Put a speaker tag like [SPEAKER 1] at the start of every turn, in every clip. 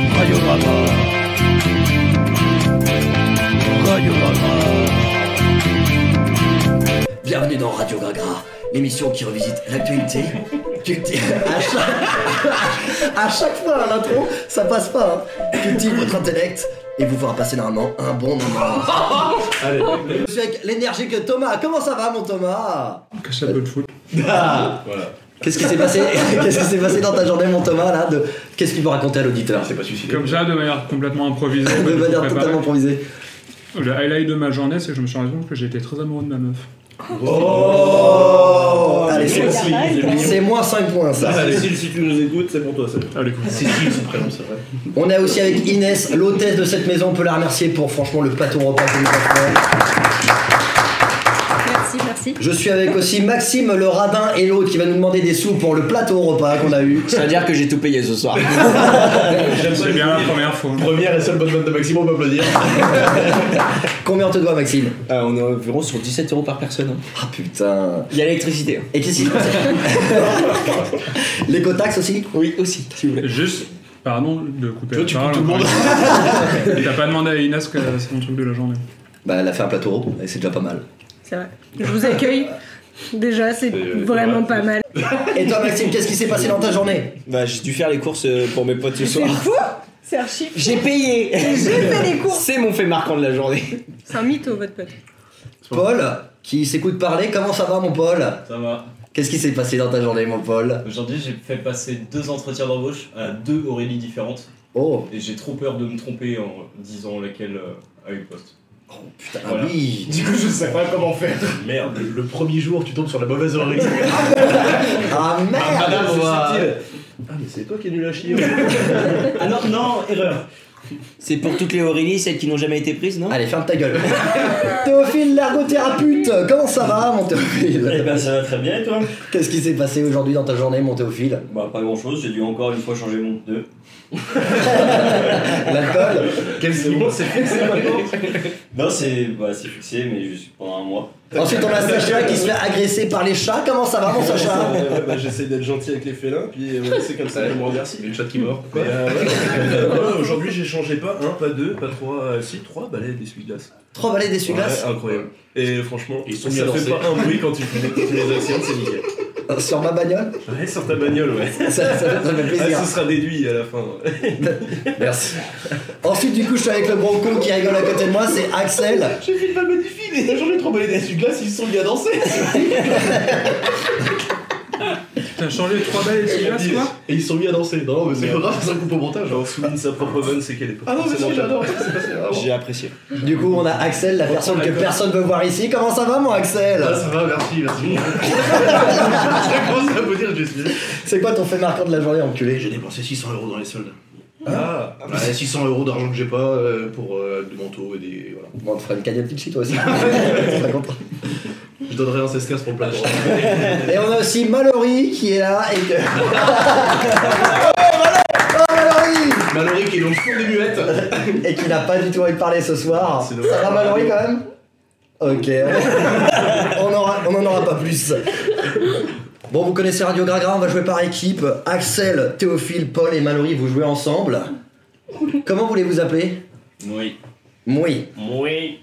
[SPEAKER 1] Colorado. Radio Gaga.
[SPEAKER 2] Bienvenue dans Radio Gagra, l'émission qui revisite l'actualité. culti- à, chaque... à chaque fois à l'intro, ça passe pas. hein. Cultive votre intellect et vous fera passer normalement un bon moment. Je suis avec l'énergique Thomas. Comment ça va, mon Thomas
[SPEAKER 3] Cache un peu de foot.
[SPEAKER 2] Ah.
[SPEAKER 4] Voilà.
[SPEAKER 2] Qu'est-ce qui s'est passé Qu'est-ce qui s'est passé dans ta journée, mon Thomas là de... Qu'est-ce qu'il faut raconter à l'auditeur
[SPEAKER 4] pas suicidé.
[SPEAKER 3] Comme ça, de manière complètement improvisée. pas
[SPEAKER 2] De
[SPEAKER 3] du tout
[SPEAKER 2] manière
[SPEAKER 3] préparée.
[SPEAKER 2] totalement improvisée.
[SPEAKER 3] Le highlight de ma journée, c'est que je me suis rendu compte que j'étais très amoureux de ma meuf.
[SPEAKER 2] Oh Allez,
[SPEAKER 5] c'est
[SPEAKER 2] c'est- c'est moins 5 points ça.
[SPEAKER 4] Cécile, si tu nous écoutes, c'est pour toi ça.
[SPEAKER 3] Ah, Allez, cool.
[SPEAKER 4] Cécile, son prénom, c'est vrai.
[SPEAKER 2] On est aussi avec Inès, l'hôtesse de cette maison. On peut la remercier pour franchement le plateau repas que nous avons fait.
[SPEAKER 5] Merci, merci.
[SPEAKER 2] Je suis avec aussi Maxime, le radin et l'autre qui va nous demander des sous pour le plateau repas qu'on a eu.
[SPEAKER 6] C'est-à-dire que j'ai tout payé ce soir.
[SPEAKER 3] C'est bien la première fois.
[SPEAKER 4] Première et seule bonne note de Maxime, on peut applaudir.
[SPEAKER 2] Combien on te doit, Maxime
[SPEAKER 6] Euh, on est environ sur 17 euros par personne. hein.
[SPEAKER 2] Ah putain.
[SPEAKER 6] Il y a l'électricité.
[SPEAKER 2] Et qu'est-ce qui se passe L'écotaxe aussi
[SPEAKER 6] Oui, aussi, si vous voulez.
[SPEAKER 3] Juste, pardon de couper
[SPEAKER 4] Toi,
[SPEAKER 3] la
[SPEAKER 4] tu
[SPEAKER 3] parole.
[SPEAKER 4] coupes tout le monde.
[SPEAKER 3] encore une fois. T'as pas demandé à Inès que c'est mon truc de la journée.
[SPEAKER 2] Bah, elle a fait un plateau repas et c'est déjà pas mal.
[SPEAKER 5] C'est vrai. Je vous accueille. Déjà, c'est
[SPEAKER 4] Euh,
[SPEAKER 5] vraiment
[SPEAKER 4] ouais.
[SPEAKER 5] pas mal.
[SPEAKER 2] Et toi, Maxime, qu'est-ce qui s'est passé dans ta journée
[SPEAKER 6] Bah, j'ai dû faire les courses euh, pour mes potes ce
[SPEAKER 5] C'est
[SPEAKER 6] soir.
[SPEAKER 5] fou C'est archi.
[SPEAKER 6] J'ai payé
[SPEAKER 5] J'ai fait des courses.
[SPEAKER 6] C'est mon fait marquant de la journée.
[SPEAKER 5] C'est un mytho, votre pote.
[SPEAKER 2] Paul, qui s'écoute parler, comment ça va, mon Paul
[SPEAKER 7] Ça va.
[SPEAKER 2] Qu'est-ce qui s'est passé dans ta journée, mon Paul
[SPEAKER 7] Aujourd'hui, j'ai fait passer deux entretiens d'embauche à deux Aurélie différentes
[SPEAKER 2] Oh,
[SPEAKER 7] et j'ai trop peur de me tromper en disant laquelle euh, a eu le poste.
[SPEAKER 2] oh putain, ah
[SPEAKER 7] Voilà.
[SPEAKER 2] oui
[SPEAKER 4] Du coup, je sais pas comment faire. Merde, le premier jour, tu tombes sur la mauvaise oreille.
[SPEAKER 2] Ah merde
[SPEAKER 4] on va-
[SPEAKER 2] subtil.
[SPEAKER 4] Ah, mais c'est toi qui es nul à chier.
[SPEAKER 6] Ah non, non, erreur. C'est pour toutes les Aurélie, celles qui n'ont jamais été prises, non
[SPEAKER 2] Allez, ferme ta gueule. Théophile, l'ergothérapeute, comment ça va, mon
[SPEAKER 8] Eh
[SPEAKER 2] Théophile
[SPEAKER 8] ben ça va très bien et toi
[SPEAKER 2] Qu'est-ce qui s'est passé aujourd'hui dans ta journée, mon Théophile
[SPEAKER 8] Bah pas grand chose, j'ai dû encore une fois changer mon pneu.
[SPEAKER 2] L'alcool
[SPEAKER 4] Qu'est-ce qui monte, c'est fixé maintenant.
[SPEAKER 8] Non c'est bah, c'est fixé mais juste pendant un mois.
[SPEAKER 2] Ensuite, on a Sacha qui se fait agresser par les chats. Comment ça va, mon Sacha
[SPEAKER 9] Ouais, ouais, bah, J'essaie d'être gentil avec les félins, puis euh, c'est comme ça, je me remercie.
[SPEAKER 4] Une chatte qui mord.
[SPEAKER 9] Mais, euh, ouais, ouais, Aujourd'hui, j'ai changé pas un, pas deux, pas trois, euh, si, trois balais d'essuie-glace.
[SPEAKER 2] Trois balais d'essuie-glace
[SPEAKER 9] Ouais, incroyable. Et franchement,
[SPEAKER 4] Ils sont
[SPEAKER 9] ça
[SPEAKER 4] bien
[SPEAKER 9] fait
[SPEAKER 4] lancés.
[SPEAKER 9] pas un bruit quand tu fais quand tu fais des accidents, c'est nickel.
[SPEAKER 2] sur ma bagnole
[SPEAKER 9] Ouais, sur ta bagnole, ouais.
[SPEAKER 2] ça, ça- ça fait plaisir.
[SPEAKER 9] Ah, ce sera déduit à la fin.
[SPEAKER 2] Merci. Ensuite, du coup, je suis avec le bronco qui rigole à côté de moi, c'est Axel.
[SPEAKER 4] J'ai fait une balle magnifique, les gens de trop balais des glace, ils se sont bien dansés.
[SPEAKER 3] T'as changé trois balles et six glaces, quoi
[SPEAKER 4] Et ils se sont mis à danser. Non, mais c'est pas grave, c'est un coup au montage.
[SPEAKER 9] Genre, souligne sa propre bonne, c'est qu'elle est pas
[SPEAKER 4] Ah non, mais
[SPEAKER 9] forcément
[SPEAKER 4] si, j'adore.
[SPEAKER 6] J'ai apprécié.
[SPEAKER 2] Du coup, on a Axel, la personne que personne veut voir ici. Comment ça va, mon Axel
[SPEAKER 4] Ah, ça va, merci, merci. J'ai commencé à vous dire, je suis.
[SPEAKER 2] C'est quoi ton fait marquant de la journée, enculé
[SPEAKER 4] J'ai dépensé 600 euros dans les soldes. Ah, bah, 600 euros d'argent que j'ai pas euh, pour euh, du manteau et des. Voilà.
[SPEAKER 2] Bon, on te fera une cagnotte chez toi aussi. Ça compte.
[SPEAKER 4] Je donnerai un 16 15 pour le plateau.
[SPEAKER 2] Et on a aussi Mallory qui est là et que. oh, Mallory
[SPEAKER 4] Mallory qui est dans le fond des muettes.
[SPEAKER 2] Et qui n'a pas du tout envie de parler ce soir.
[SPEAKER 4] C'est
[SPEAKER 2] Ça va Mallory quand même Ok. on, aura- on en aura pas plus. Bon, vous connaissez Radio Gragra, on va jouer par équipe. Axel, Théophile, Paul et Mallory, vous jouez ensemble. Comment vous les vous appeler
[SPEAKER 7] Oui.
[SPEAKER 2] Moui.
[SPEAKER 8] Oui.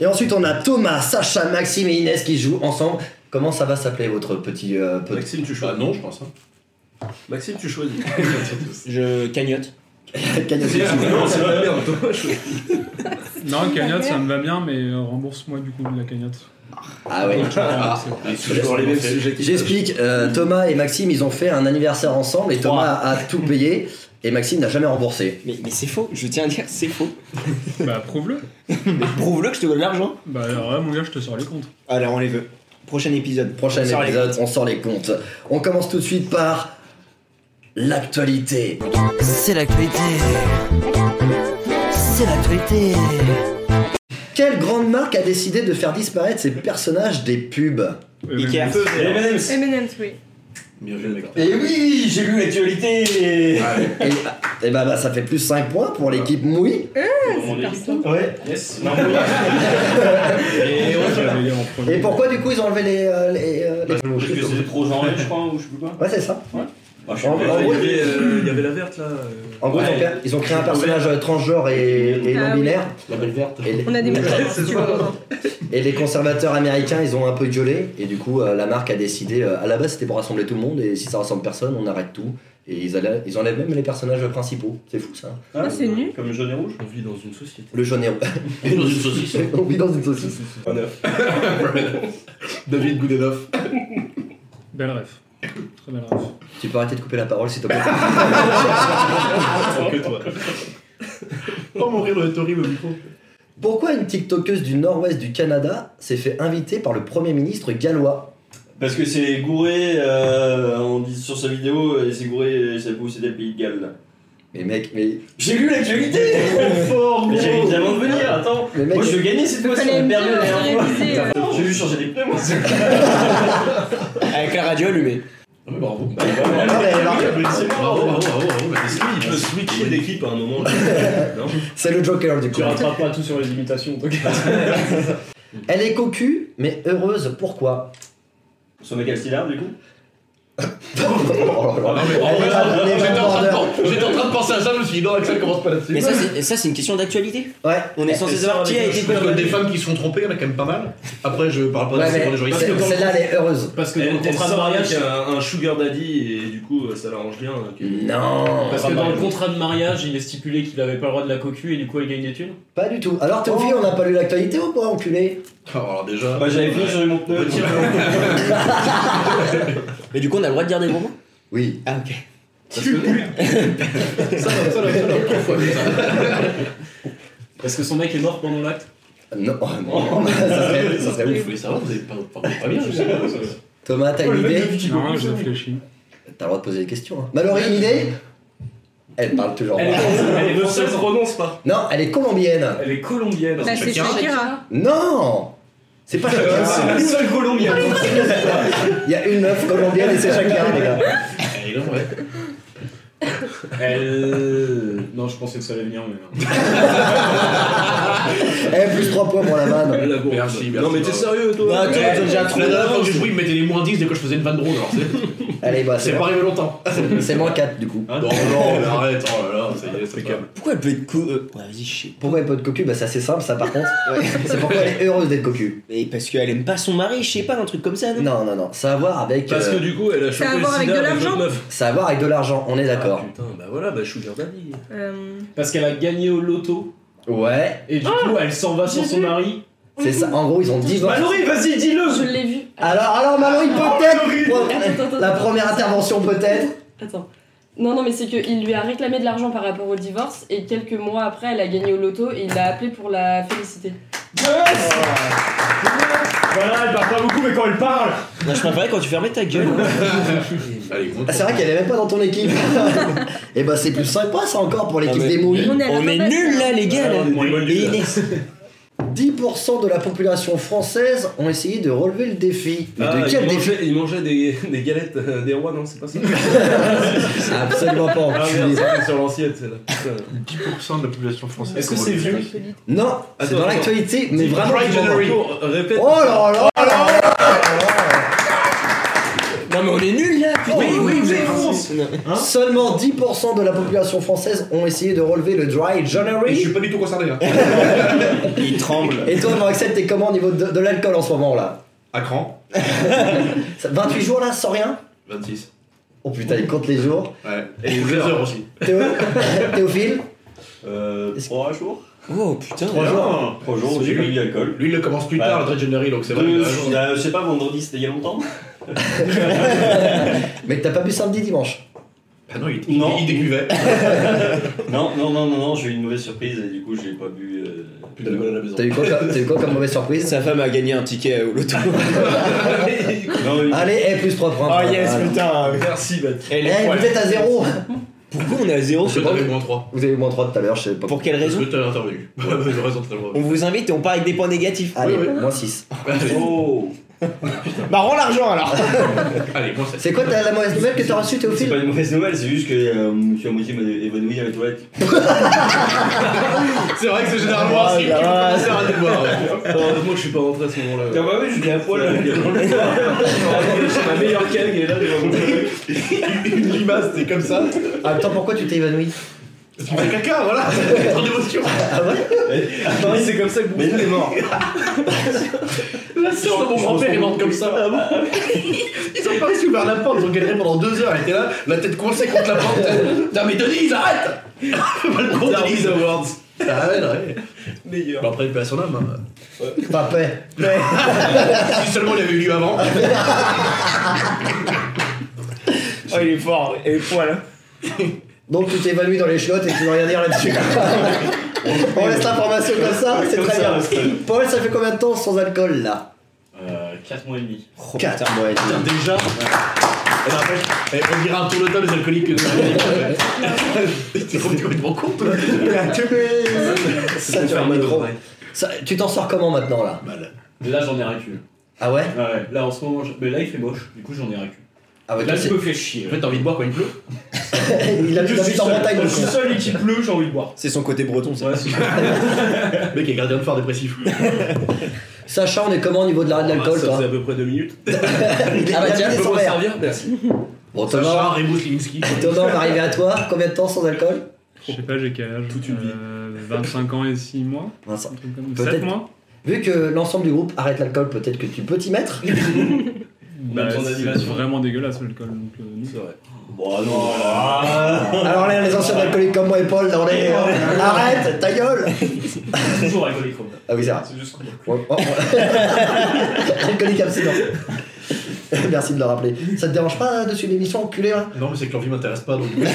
[SPEAKER 2] Et ensuite, on a Thomas, Sacha, Maxime et Inès qui jouent ensemble. Comment ça va s'appeler votre petit. euh, petit-
[SPEAKER 9] Maxime, tu
[SPEAKER 4] Bah
[SPEAKER 9] choisis.
[SPEAKER 4] non, je pense. Hein.
[SPEAKER 9] Maxime, tu choisis.
[SPEAKER 6] Je cagnotte.
[SPEAKER 2] cagnotte
[SPEAKER 9] C'est- non, c'est pas la merde, Thomas, je-
[SPEAKER 3] Non, cagnotte, ça me va bien, mais euh, rembourse-moi du coup de la cagnotte.
[SPEAKER 2] Ah ouais. Ah.
[SPEAKER 4] Les
[SPEAKER 9] Toujours les mêmes sujets qui-
[SPEAKER 2] J'explique, euh, Thomas et Maxime, ils ont fait un anniversaire ensemble et Thomas a tout payé et Maxime n'a jamais remboursé.
[SPEAKER 6] Mais, mais c'est faux, je tiens à dire, c'est faux.
[SPEAKER 3] Bah, prouve-le.
[SPEAKER 6] Prouve-le que je te dois de l'argent.
[SPEAKER 3] Bah, alors là, mon gars, je te sors les comptes.
[SPEAKER 6] Alors, on les veut. Prochain épisode.
[SPEAKER 2] Prochain
[SPEAKER 6] On sort les
[SPEAKER 2] épisode, on sort les comptes. On commence tout de suite par l'actualité.
[SPEAKER 10] C'est l'actualité. C'est l'actualité.
[SPEAKER 2] Quelle grande marque a décidé de faire disparaître ses personnages des pubs
[SPEAKER 3] Euh,
[SPEAKER 6] Ikea.
[SPEAKER 3] mais-
[SPEAKER 8] M&M's.
[SPEAKER 5] M&M's, oui.
[SPEAKER 9] Bien vu, mec.
[SPEAKER 8] Eh oui, j'ai lu l'actualité.
[SPEAKER 2] Et, et bah, bah, ça fait plus 5 points pour l'équipe Moui.
[SPEAKER 4] Ah,
[SPEAKER 8] Ouais.
[SPEAKER 4] Yes.
[SPEAKER 8] Non, oui.
[SPEAKER 3] Et on va les lire en premier.
[SPEAKER 2] Et pourquoi du coup ils ont enlevé les. euh, les, euh, les-
[SPEAKER 8] Parce que c'est trop genré je crois ou je sais plus quoi.
[SPEAKER 2] Ouais, c'est ça.
[SPEAKER 8] Bah, je suis
[SPEAKER 2] En
[SPEAKER 8] pas-
[SPEAKER 2] vrai,
[SPEAKER 9] Il y
[SPEAKER 2] ouais.
[SPEAKER 9] avait, euh, il y avait la verte là. euh.
[SPEAKER 2] En gros, ils ont
[SPEAKER 9] Ouais.
[SPEAKER 2] créé- ils ont créé un personnage euh, transgenre et, et
[SPEAKER 5] Ah,
[SPEAKER 2] non-binaire.
[SPEAKER 4] La belle verte.
[SPEAKER 2] Et les-
[SPEAKER 5] On a des Hein méthodes,
[SPEAKER 2] C'est
[SPEAKER 5] si tu
[SPEAKER 2] ça.
[SPEAKER 5] veux.
[SPEAKER 2] Et les conservateurs américains, ils ont un peu gueulé. Et du coup, euh, la marque a décidé. euh, à la base, c'était pour rassembler tout le monde. Et si ça rassemble personne, on arrête tout. Et ils, allaient- ils enlèvent même les personnages principaux. C'est fou ça.
[SPEAKER 5] Ah, c'est nul.
[SPEAKER 8] Comme jaune et rouge
[SPEAKER 9] On vit dans une société.
[SPEAKER 2] Le jaune et rouge.
[SPEAKER 4] Et dans une saucisse.
[SPEAKER 2] On vit dans une saucisse.
[SPEAKER 4] David Goudenoff.
[SPEAKER 3] Belle ref. Très belle ref.
[SPEAKER 2] Tu peux arrêter de couper la parole s'il te plaît.
[SPEAKER 4] que toi. Oh mon rire doit être horrible au micro.
[SPEAKER 2] Pourquoi une TikTokeuse du nord-ouest du Canada s'est fait inviter par le Premier ministre gallois
[SPEAKER 8] Parce que c'est gouré, euh, on dit sur sa vidéo, et c'est gouré, et ça peut aussi être le pays de Galles.
[SPEAKER 2] Mais mec, mais.
[SPEAKER 8] J'ai lu l'actualité Fort Mais j'ai évidemment de venir, attends
[SPEAKER 2] Mais mec,
[SPEAKER 8] Moi je veux gagner cette fois-ci,
[SPEAKER 5] Fallait
[SPEAKER 8] on a
[SPEAKER 5] me
[SPEAKER 8] perdu la hein. dernière
[SPEAKER 5] dire,
[SPEAKER 8] fois
[SPEAKER 5] réviser,
[SPEAKER 9] hein.
[SPEAKER 5] euh,
[SPEAKER 8] J'ai vu changer les pneus moi
[SPEAKER 6] Avec la radio allumée.
[SPEAKER 4] Bravo.
[SPEAKER 2] Ah, mais alors,
[SPEAKER 4] Bravo, bravo, bravo, bravo. bah, c'est-
[SPEAKER 9] Il peut switcher d'équipe à un moment.
[SPEAKER 2] c'est le Joker du coup.
[SPEAKER 7] Tu rattrapes pas tout sur les imitations, toi.
[SPEAKER 2] Elle est cocu, mais heureuse. Pourquoi
[SPEAKER 8] Sur mes calcinards du coup
[SPEAKER 2] Oh là là. Elle est dans- elle est
[SPEAKER 4] J'étais en,
[SPEAKER 2] dans
[SPEAKER 4] train
[SPEAKER 2] le
[SPEAKER 4] de
[SPEAKER 2] border.
[SPEAKER 4] pen- j'étais en train de penser à ça, je me suis dit non, Axel commence pas là-dessus.
[SPEAKER 6] Mais ça, c'est- ça, c'est une question d'actualité.
[SPEAKER 2] Ouais.
[SPEAKER 6] On est censé savoir qui a été
[SPEAKER 4] Je pense que
[SPEAKER 6] condamné.
[SPEAKER 4] des femmes qui se font tromper, il y en a quand même pas mal. Après, je parle pas
[SPEAKER 2] Ouais,
[SPEAKER 4] de c'est pour les gens
[SPEAKER 2] mais
[SPEAKER 4] ici.
[SPEAKER 2] c'est- celle-là, elle est heureuse.
[SPEAKER 7] Parce que dans
[SPEAKER 9] Elle
[SPEAKER 7] le
[SPEAKER 9] elle
[SPEAKER 7] contrat de
[SPEAKER 9] sort avec
[SPEAKER 7] mariage,
[SPEAKER 9] un, un sugar daddy et du coup ça l'arrange bien. euh, que-
[SPEAKER 2] Non.
[SPEAKER 7] parce que dans le contrat de mariage, il est stipulé qu'il avait pas le droit de la cocu et du coup, il gagne des thunes.
[SPEAKER 2] Pas du tout. Alors, Théophile, on n'a pas lu l'actualité ou pas, enculé
[SPEAKER 4] Ah, Alors, alors déjà.
[SPEAKER 8] Bah j'avais fini de changer mon pneu
[SPEAKER 4] Petit
[SPEAKER 6] Mais du coup, on a le droit de dire des gros mots
[SPEAKER 2] Oui.
[SPEAKER 6] Ah, ok.
[SPEAKER 4] Ça, ça, ça, ça, ça, trois fois, comme ça.
[SPEAKER 7] Parce que son mec est mort pendant l'acte.
[SPEAKER 2] Non, oh, non. ça serait, ça serait
[SPEAKER 4] Vous
[SPEAKER 2] ouf.
[SPEAKER 4] voulez savoir, vous avez pas, pas, pas, bien, je sais pas.
[SPEAKER 2] Thomas, t'as une idée
[SPEAKER 3] Non, je réfléchis.
[SPEAKER 2] T'as le droit de poser des questions. Hein. Mallory, une idée Elle parle toujours.
[SPEAKER 7] Elle est,
[SPEAKER 2] pas.
[SPEAKER 7] elle est
[SPEAKER 8] Le seul
[SPEAKER 7] française,
[SPEAKER 8] prononce pas
[SPEAKER 2] Non, elle est colombienne.
[SPEAKER 7] elle est colombienne.
[SPEAKER 5] Bah, c'est Shakira.
[SPEAKER 2] Non C'est pas Shakira.
[SPEAKER 8] Le seul
[SPEAKER 7] hein.
[SPEAKER 8] colombien
[SPEAKER 2] Il y a une meuf colombienne et c'est Shakira, les gars.
[SPEAKER 4] Eh, non, ouais.
[SPEAKER 7] Elle... Non, je pensais que ça allait venir, mais non.
[SPEAKER 2] Eh, plus 3 points pour la vanne.
[SPEAKER 9] La gourde.
[SPEAKER 4] Merci, merci.
[SPEAKER 9] Non mais t'es sérieux toi
[SPEAKER 6] Bah, attends, t'as déjà
[SPEAKER 4] La
[SPEAKER 6] trouvé.
[SPEAKER 4] dernière fois que j'ai joué, il me mettait les moins 10 dès que je faisais une vanne drôle, alors c'est-
[SPEAKER 2] Allez, bah, c'est
[SPEAKER 4] c'est pas arrivé longtemps.
[SPEAKER 2] c'est moins 4 du coup.
[SPEAKER 4] Non, non, mais arrête, oh là là, ça y est, c'est calme.
[SPEAKER 6] Pourquoi elle peut être cou... euh, Ouais, vas-y, je sais.
[SPEAKER 2] Pourquoi elle est pas de cocu Bah, c'est assez simple, ça par contre. C'est pourquoi elle est heureuse d'être cocu.
[SPEAKER 6] Mais parce qu'elle aime pas son mari, je sais pas, un truc comme ça, non
[SPEAKER 2] Non, non, non. Ça a à voir avec.
[SPEAKER 9] Parce que
[SPEAKER 2] euh,
[SPEAKER 9] du coup elle a
[SPEAKER 5] Ça a à
[SPEAKER 9] chopé le
[SPEAKER 5] voir avec
[SPEAKER 9] sida
[SPEAKER 5] de
[SPEAKER 9] avec
[SPEAKER 5] l'argent
[SPEAKER 9] l'autre meuf.
[SPEAKER 2] Ça a à voir avec de l'argent, on est d'accord.
[SPEAKER 9] Putain bah voilà bah sugar daddy.
[SPEAKER 5] Euh,
[SPEAKER 7] Parce qu'elle a gagné au loto,
[SPEAKER 2] Ouais,
[SPEAKER 7] et du coup, elle s'en va sans son mari.
[SPEAKER 2] c'est ça. En gros, ils ont divorcé.
[SPEAKER 8] Mallory, vas-y,
[SPEAKER 11] Je
[SPEAKER 8] dis-le
[SPEAKER 11] l'ai vu.
[SPEAKER 2] Alors, alors, Mallory, peut-être
[SPEAKER 11] Attends, attends,
[SPEAKER 2] La
[SPEAKER 11] attends.
[SPEAKER 2] première intervention, peut-être
[SPEAKER 11] Attends. Non, non, mais c'est qu'il lui a réclamé de l'argent par rapport au divorce et quelques mois après, elle a gagné au loto et il l'a appelé pour la féliciter.
[SPEAKER 8] Yes Voilà, elle parle pas beaucoup, mais quand elle parle
[SPEAKER 6] Non, je préférais quand tu fermais ta gueule.
[SPEAKER 4] Allez, gros.
[SPEAKER 2] Ah, C'est vrai qu'elle est même pas dans ton équipe. Et bah, c'est plus sympa, ça encore pour l'équipe
[SPEAKER 6] Ah, mais-
[SPEAKER 2] des mouilles.
[SPEAKER 5] On est à la
[SPEAKER 6] On
[SPEAKER 5] fin
[SPEAKER 6] est
[SPEAKER 5] de la
[SPEAKER 6] nuls
[SPEAKER 5] saison.
[SPEAKER 6] là, les gars. là. Et
[SPEAKER 9] euh,
[SPEAKER 6] Inès.
[SPEAKER 2] 10% de la population française ont essayé de relever le défi. Mais
[SPEAKER 9] Ah,
[SPEAKER 2] de
[SPEAKER 9] il,
[SPEAKER 2] quel défi
[SPEAKER 9] mangeait, il mangeait des, des galettes euh, des rois non c'est pas ça
[SPEAKER 8] Ah,
[SPEAKER 2] Absolument pas
[SPEAKER 9] Ah
[SPEAKER 2] enculé.
[SPEAKER 9] merde c'était sur l'assiette c'est là. Putain.
[SPEAKER 4] 10% de la population française.
[SPEAKER 7] Est-ce que c'est vieux
[SPEAKER 2] Non, c'est
[SPEAKER 9] Attends,
[SPEAKER 2] dans l'actualité, mais vraiment.
[SPEAKER 4] Right January.
[SPEAKER 9] Pour- Répète.
[SPEAKER 2] Oh là là là là
[SPEAKER 6] Non, mais on est nuls là, putain.
[SPEAKER 2] Oui, oui,
[SPEAKER 6] vous
[SPEAKER 2] mais-
[SPEAKER 6] avez France.
[SPEAKER 2] Hein? Seulement 10% de la population française ont essayé de relever le Dry
[SPEAKER 4] Je
[SPEAKER 2] January.
[SPEAKER 4] suis pas du tout concerné, hein.
[SPEAKER 6] Il tremble.
[SPEAKER 2] Et toi, Marcel, t'es comment au niveau de, de l'alcool en ce moment là
[SPEAKER 4] À cran
[SPEAKER 2] Ça- 28 jours là, sans rien
[SPEAKER 4] 26.
[SPEAKER 2] Oh putain, il compte les jours.
[SPEAKER 4] Ouais. Et les heures aussi.
[SPEAKER 2] Théo, Théophile
[SPEAKER 8] Euh,
[SPEAKER 2] Est-ce-
[SPEAKER 8] 3 jours
[SPEAKER 6] Oh putain.
[SPEAKER 2] Trois jours.
[SPEAKER 9] Ah,
[SPEAKER 8] 3 jours, j'ai eu de l'alcool.
[SPEAKER 4] Lui, il le commence plus
[SPEAKER 8] Bah,
[SPEAKER 4] tard, le Dread January, donc c'est vrai.
[SPEAKER 8] Deux,
[SPEAKER 4] il a la journée.
[SPEAKER 8] euh, je sais pas, vendredi c'était il y a longtemps
[SPEAKER 2] Mais t'as pas bu samedi dimanche
[SPEAKER 4] Bah non, il, il-
[SPEAKER 8] Non.
[SPEAKER 4] il décuvait.
[SPEAKER 8] Non, non, non, non, non, j'ai eu une mauvaise surprise et du coup j'ai pas bu. euh,
[SPEAKER 4] Plus d'alcool à la maison.
[SPEAKER 2] T'as eu quoi, t'as eu quoi comme mauvaise surprise
[SPEAKER 6] Sa femme a gagné un ticket au loto.
[SPEAKER 8] Non, mais-
[SPEAKER 2] Allez, eh, plus 3 points.
[SPEAKER 6] Oh,
[SPEAKER 2] Voilà.
[SPEAKER 6] Ah, putain.
[SPEAKER 9] Merci Baptiste.
[SPEAKER 6] Eh, les
[SPEAKER 2] Eh,
[SPEAKER 6] poils.
[SPEAKER 2] vous êtes à 0
[SPEAKER 6] Pourquoi on est à zéro
[SPEAKER 4] Parce que t'avais moins 3.
[SPEAKER 2] Vous avez eu moins 3 tout à l'heure, je sais pas.
[SPEAKER 6] Pour quelle
[SPEAKER 4] Parce
[SPEAKER 6] raison
[SPEAKER 4] que t'as intervenu. Ouais, bah, raison, t'as le droit.
[SPEAKER 6] On vous invite et on part avec des points négatifs.
[SPEAKER 2] Allez,
[SPEAKER 4] Oui, oui.
[SPEAKER 2] moins 6.
[SPEAKER 4] Ouais.
[SPEAKER 8] Oh
[SPEAKER 6] Bah, rends l'argent alors
[SPEAKER 4] Allez, moi, ça-
[SPEAKER 2] C'est quoi t'as la mauvaise nouvelle que t'as reçue,
[SPEAKER 8] C'est
[SPEAKER 2] Théophile
[SPEAKER 8] pas une mauvaise nouvelle, c'est juste que euh, je suis à moitié m'a- évanoui à la toilette.
[SPEAKER 4] C'est vrai que c'est généralement ainsi que tu commences à rater le boire, ouais.
[SPEAKER 9] Heureusement que je suis pas rentré à ce moment-là.
[SPEAKER 8] Ah bah oui, j'étais à poil avec ma meilleure canne qui est là devant mon truc.
[SPEAKER 4] Une limace, t'es comme ça.
[SPEAKER 2] Attends, pourquoi tu t'es évanoui
[SPEAKER 4] Tu fais caca, voilà. C'est trop d'émotion.
[SPEAKER 8] À Paris, c'est comme ça que Bourdieu est mort.
[SPEAKER 4] La sœur de mon grand-père est morte comme ça. Ah Ils ont pas réussi à ouvrir la porte, ils ont galéré pendant deux heures. Elle était là, la tête coincée contre la porte. Putain, mais Denise, arrête Fais pas le con, Denise Awards. Ah ouais, non, ouais.
[SPEAKER 8] Meilleur.
[SPEAKER 4] Bon, après, il paix à son âme. hein.
[SPEAKER 2] Pas paix.
[SPEAKER 4] Si seulement il avait eu lieu avant.
[SPEAKER 6] Oh, il est fort, et le poil.
[SPEAKER 2] Donc tu t'es évanoui dans les chiottes et tu veux rien dire là-dessus. On laisse l'information comme ça, c'est
[SPEAKER 8] Comme
[SPEAKER 2] très
[SPEAKER 8] ça,
[SPEAKER 2] bien.
[SPEAKER 8] Austin.
[SPEAKER 2] Paul, ça fait combien de temps sans alcool là
[SPEAKER 7] Euh, 4 mois et demi.
[SPEAKER 6] Oh,
[SPEAKER 2] 4 mois et
[SPEAKER 4] Putain,
[SPEAKER 2] demi.
[SPEAKER 4] déjà. Eh ben, après, eh, on dira un tour de table des alcooliques que T'es complètement con, toi.
[SPEAKER 2] Ça, tu vas mettre trop. Ça, Tu t'en sors comment maintenant Bah, là
[SPEAKER 4] Mal.
[SPEAKER 7] Mais là, j'en ai racule.
[SPEAKER 2] Ah ouais
[SPEAKER 7] Ah ouais, là en ce moment, je- mais là il fait moche, du coup j'en ai racule.
[SPEAKER 2] Ah ouais,
[SPEAKER 7] Là
[SPEAKER 2] toi,
[SPEAKER 7] je
[SPEAKER 2] c'est-
[SPEAKER 7] me fais chier.
[SPEAKER 4] En fait, t'as envie de boire quand il pleut
[SPEAKER 2] il a
[SPEAKER 7] Je
[SPEAKER 2] mis la
[SPEAKER 7] suis
[SPEAKER 2] vie en
[SPEAKER 7] seul.
[SPEAKER 2] montagne.
[SPEAKER 7] Quand
[SPEAKER 2] le
[SPEAKER 7] je suis
[SPEAKER 2] con.
[SPEAKER 7] seul et qu'il pleut, j'ai envie de boire.
[SPEAKER 6] C'est son côté breton, ça.
[SPEAKER 7] Ouais, c'est-
[SPEAKER 4] Le mec est gardien de phare dépressif.
[SPEAKER 2] Ah. Sacha, on est comment au niveau de l'arrêt de l'alcool
[SPEAKER 9] Ah, Ça
[SPEAKER 2] toi
[SPEAKER 9] faisait à peu près deux minutes.
[SPEAKER 2] Il
[SPEAKER 6] Ah
[SPEAKER 2] a
[SPEAKER 6] bah
[SPEAKER 2] il a
[SPEAKER 6] tiens,
[SPEAKER 2] vidé
[SPEAKER 6] je
[SPEAKER 2] son
[SPEAKER 6] me
[SPEAKER 2] verre.
[SPEAKER 6] servir
[SPEAKER 2] Bon,
[SPEAKER 4] Sacha
[SPEAKER 2] Thomas,
[SPEAKER 4] Remus Livinsky.
[SPEAKER 2] Thomas, on va arriver à toi. Combien de temps sans alcool
[SPEAKER 3] Je sais pas, j'ai quel âge
[SPEAKER 9] Toute une vie.
[SPEAKER 3] Euh, 25 ans et 6 mois
[SPEAKER 2] Vincent.
[SPEAKER 3] un truc comme ça.
[SPEAKER 2] Peut-être.
[SPEAKER 3] 7 mois
[SPEAKER 2] Vu que l'ensemble du groupe arrête l'alcool, peut-être que tu peux t'y mettre.
[SPEAKER 3] bah,
[SPEAKER 7] sans
[SPEAKER 3] C'est
[SPEAKER 7] animation.
[SPEAKER 3] vraiment dégueulasse l'alcool. Donc, euh, non.
[SPEAKER 8] Bon non.
[SPEAKER 7] Oh
[SPEAKER 8] ah.
[SPEAKER 2] Alors là, les anciens alcooliques comme moi et Paul, on est. euh, Arrête, ta gueule
[SPEAKER 7] toujours alcoolique. Robert.
[SPEAKER 2] Ah oui, c'est vrai.
[SPEAKER 7] C'est juste qu'on boit.
[SPEAKER 2] Ouais, oh, ouais. Alcoolique abstinent. Merci de le rappeler. Ça te dérange pas dessus l'émission enculé là
[SPEAKER 4] Non, mais c'est que l'envie m'intéresse pas, donc. Je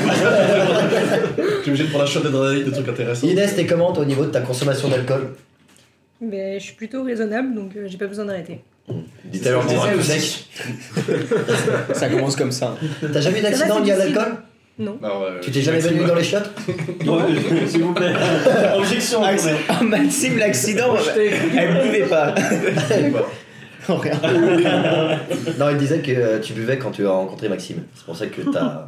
[SPEAKER 4] suis obligé de prendre un shot d'adrénaline, de trucs intéressants.
[SPEAKER 2] Inès, t'es comment toi, au niveau de ta consommation d'alcool
[SPEAKER 5] Mais je suis plutôt raisonnable, donc euh, j'ai pas besoin d'arrêter.
[SPEAKER 2] Dis à l'heure,
[SPEAKER 4] ça aussi.
[SPEAKER 6] Ça commence comme ça.
[SPEAKER 2] T'as jamais eu d'accident
[SPEAKER 5] Ça va, c'est
[SPEAKER 2] lié à
[SPEAKER 5] difficile.
[SPEAKER 2] l'alcool
[SPEAKER 5] Non.
[SPEAKER 4] Non, ouais,
[SPEAKER 2] Tu t'es jamais
[SPEAKER 4] Maxime.
[SPEAKER 2] venu dans les chiottes
[SPEAKER 8] Ouais, S'il vous plaît. Objection.
[SPEAKER 6] Acc- Ah, Maxime, l'accident, elle buvait pas. Oh, rien.
[SPEAKER 2] Non, il disait que euh, tu buvais quand tu as rencontré Maxime. C'est pour ça que t'as.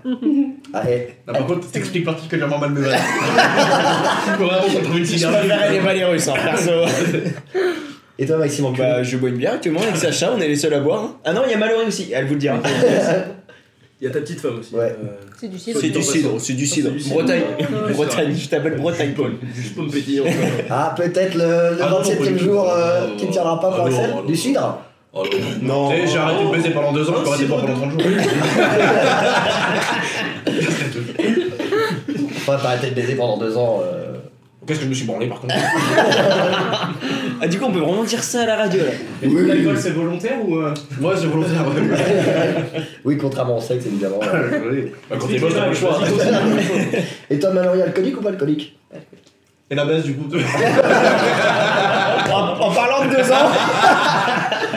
[SPEAKER 2] Ah, eh.
[SPEAKER 4] Ah, par contre, t'expliques particulièrement mal mes vannes. Faut vraiment qu'on trouve une
[SPEAKER 6] Je
[SPEAKER 4] cigarette.
[SPEAKER 6] préférais les Valérus, hein, perso.
[SPEAKER 2] Et toi, Maxime, enculé
[SPEAKER 6] Bah, je bois une bière actuellement avec Sacha, on est les seuls à boire. hein. Ah non, il y a Mallory aussi, elle vous le dira.
[SPEAKER 9] Il y a ta petite femme aussi.
[SPEAKER 2] Ouais.
[SPEAKER 9] Euh,
[SPEAKER 5] C'est du cidre.
[SPEAKER 6] C'est du cidre, c'est du cidre. Bretagne,
[SPEAKER 5] Ouais.
[SPEAKER 6] Bretagne, je t'appelle Bretagne, Paul.
[SPEAKER 9] Juste pour me pétiller encore.
[SPEAKER 2] Ah, peut-être le, le
[SPEAKER 4] Ah non,
[SPEAKER 2] 27
[SPEAKER 4] pas
[SPEAKER 2] e
[SPEAKER 4] du tout.
[SPEAKER 2] jour euh, qui ne tiendra pas
[SPEAKER 4] Ah
[SPEAKER 2] pour
[SPEAKER 4] non,
[SPEAKER 2] Axel
[SPEAKER 4] ah non.
[SPEAKER 2] Du cidre
[SPEAKER 4] Oh, non.
[SPEAKER 6] Non.
[SPEAKER 4] T'sais, J'ai arrêté de baiser pendant deux ans, je peux arrêter de boire pendant 30 jours.
[SPEAKER 2] Enfin, t'as arrêté de baiser pendant deux ans. euh.
[SPEAKER 4] Qu'est-ce que je me suis branlé par contre
[SPEAKER 6] Ah, du coup, on peut vraiment dire ça à la radio là.
[SPEAKER 7] Et donc, L'alcool c'est volontaire ou. euh,
[SPEAKER 4] Moi, c'est volontaire.
[SPEAKER 2] Oui, contrairement au sexe, évidemment.
[SPEAKER 4] Bah, Quand t'es moche, t'as pas le choix.
[SPEAKER 2] Et toi, Mallory, alcoolique ou pas alcoolique
[SPEAKER 4] Et la baisse du coup.
[SPEAKER 6] En, en parlant de deux ans,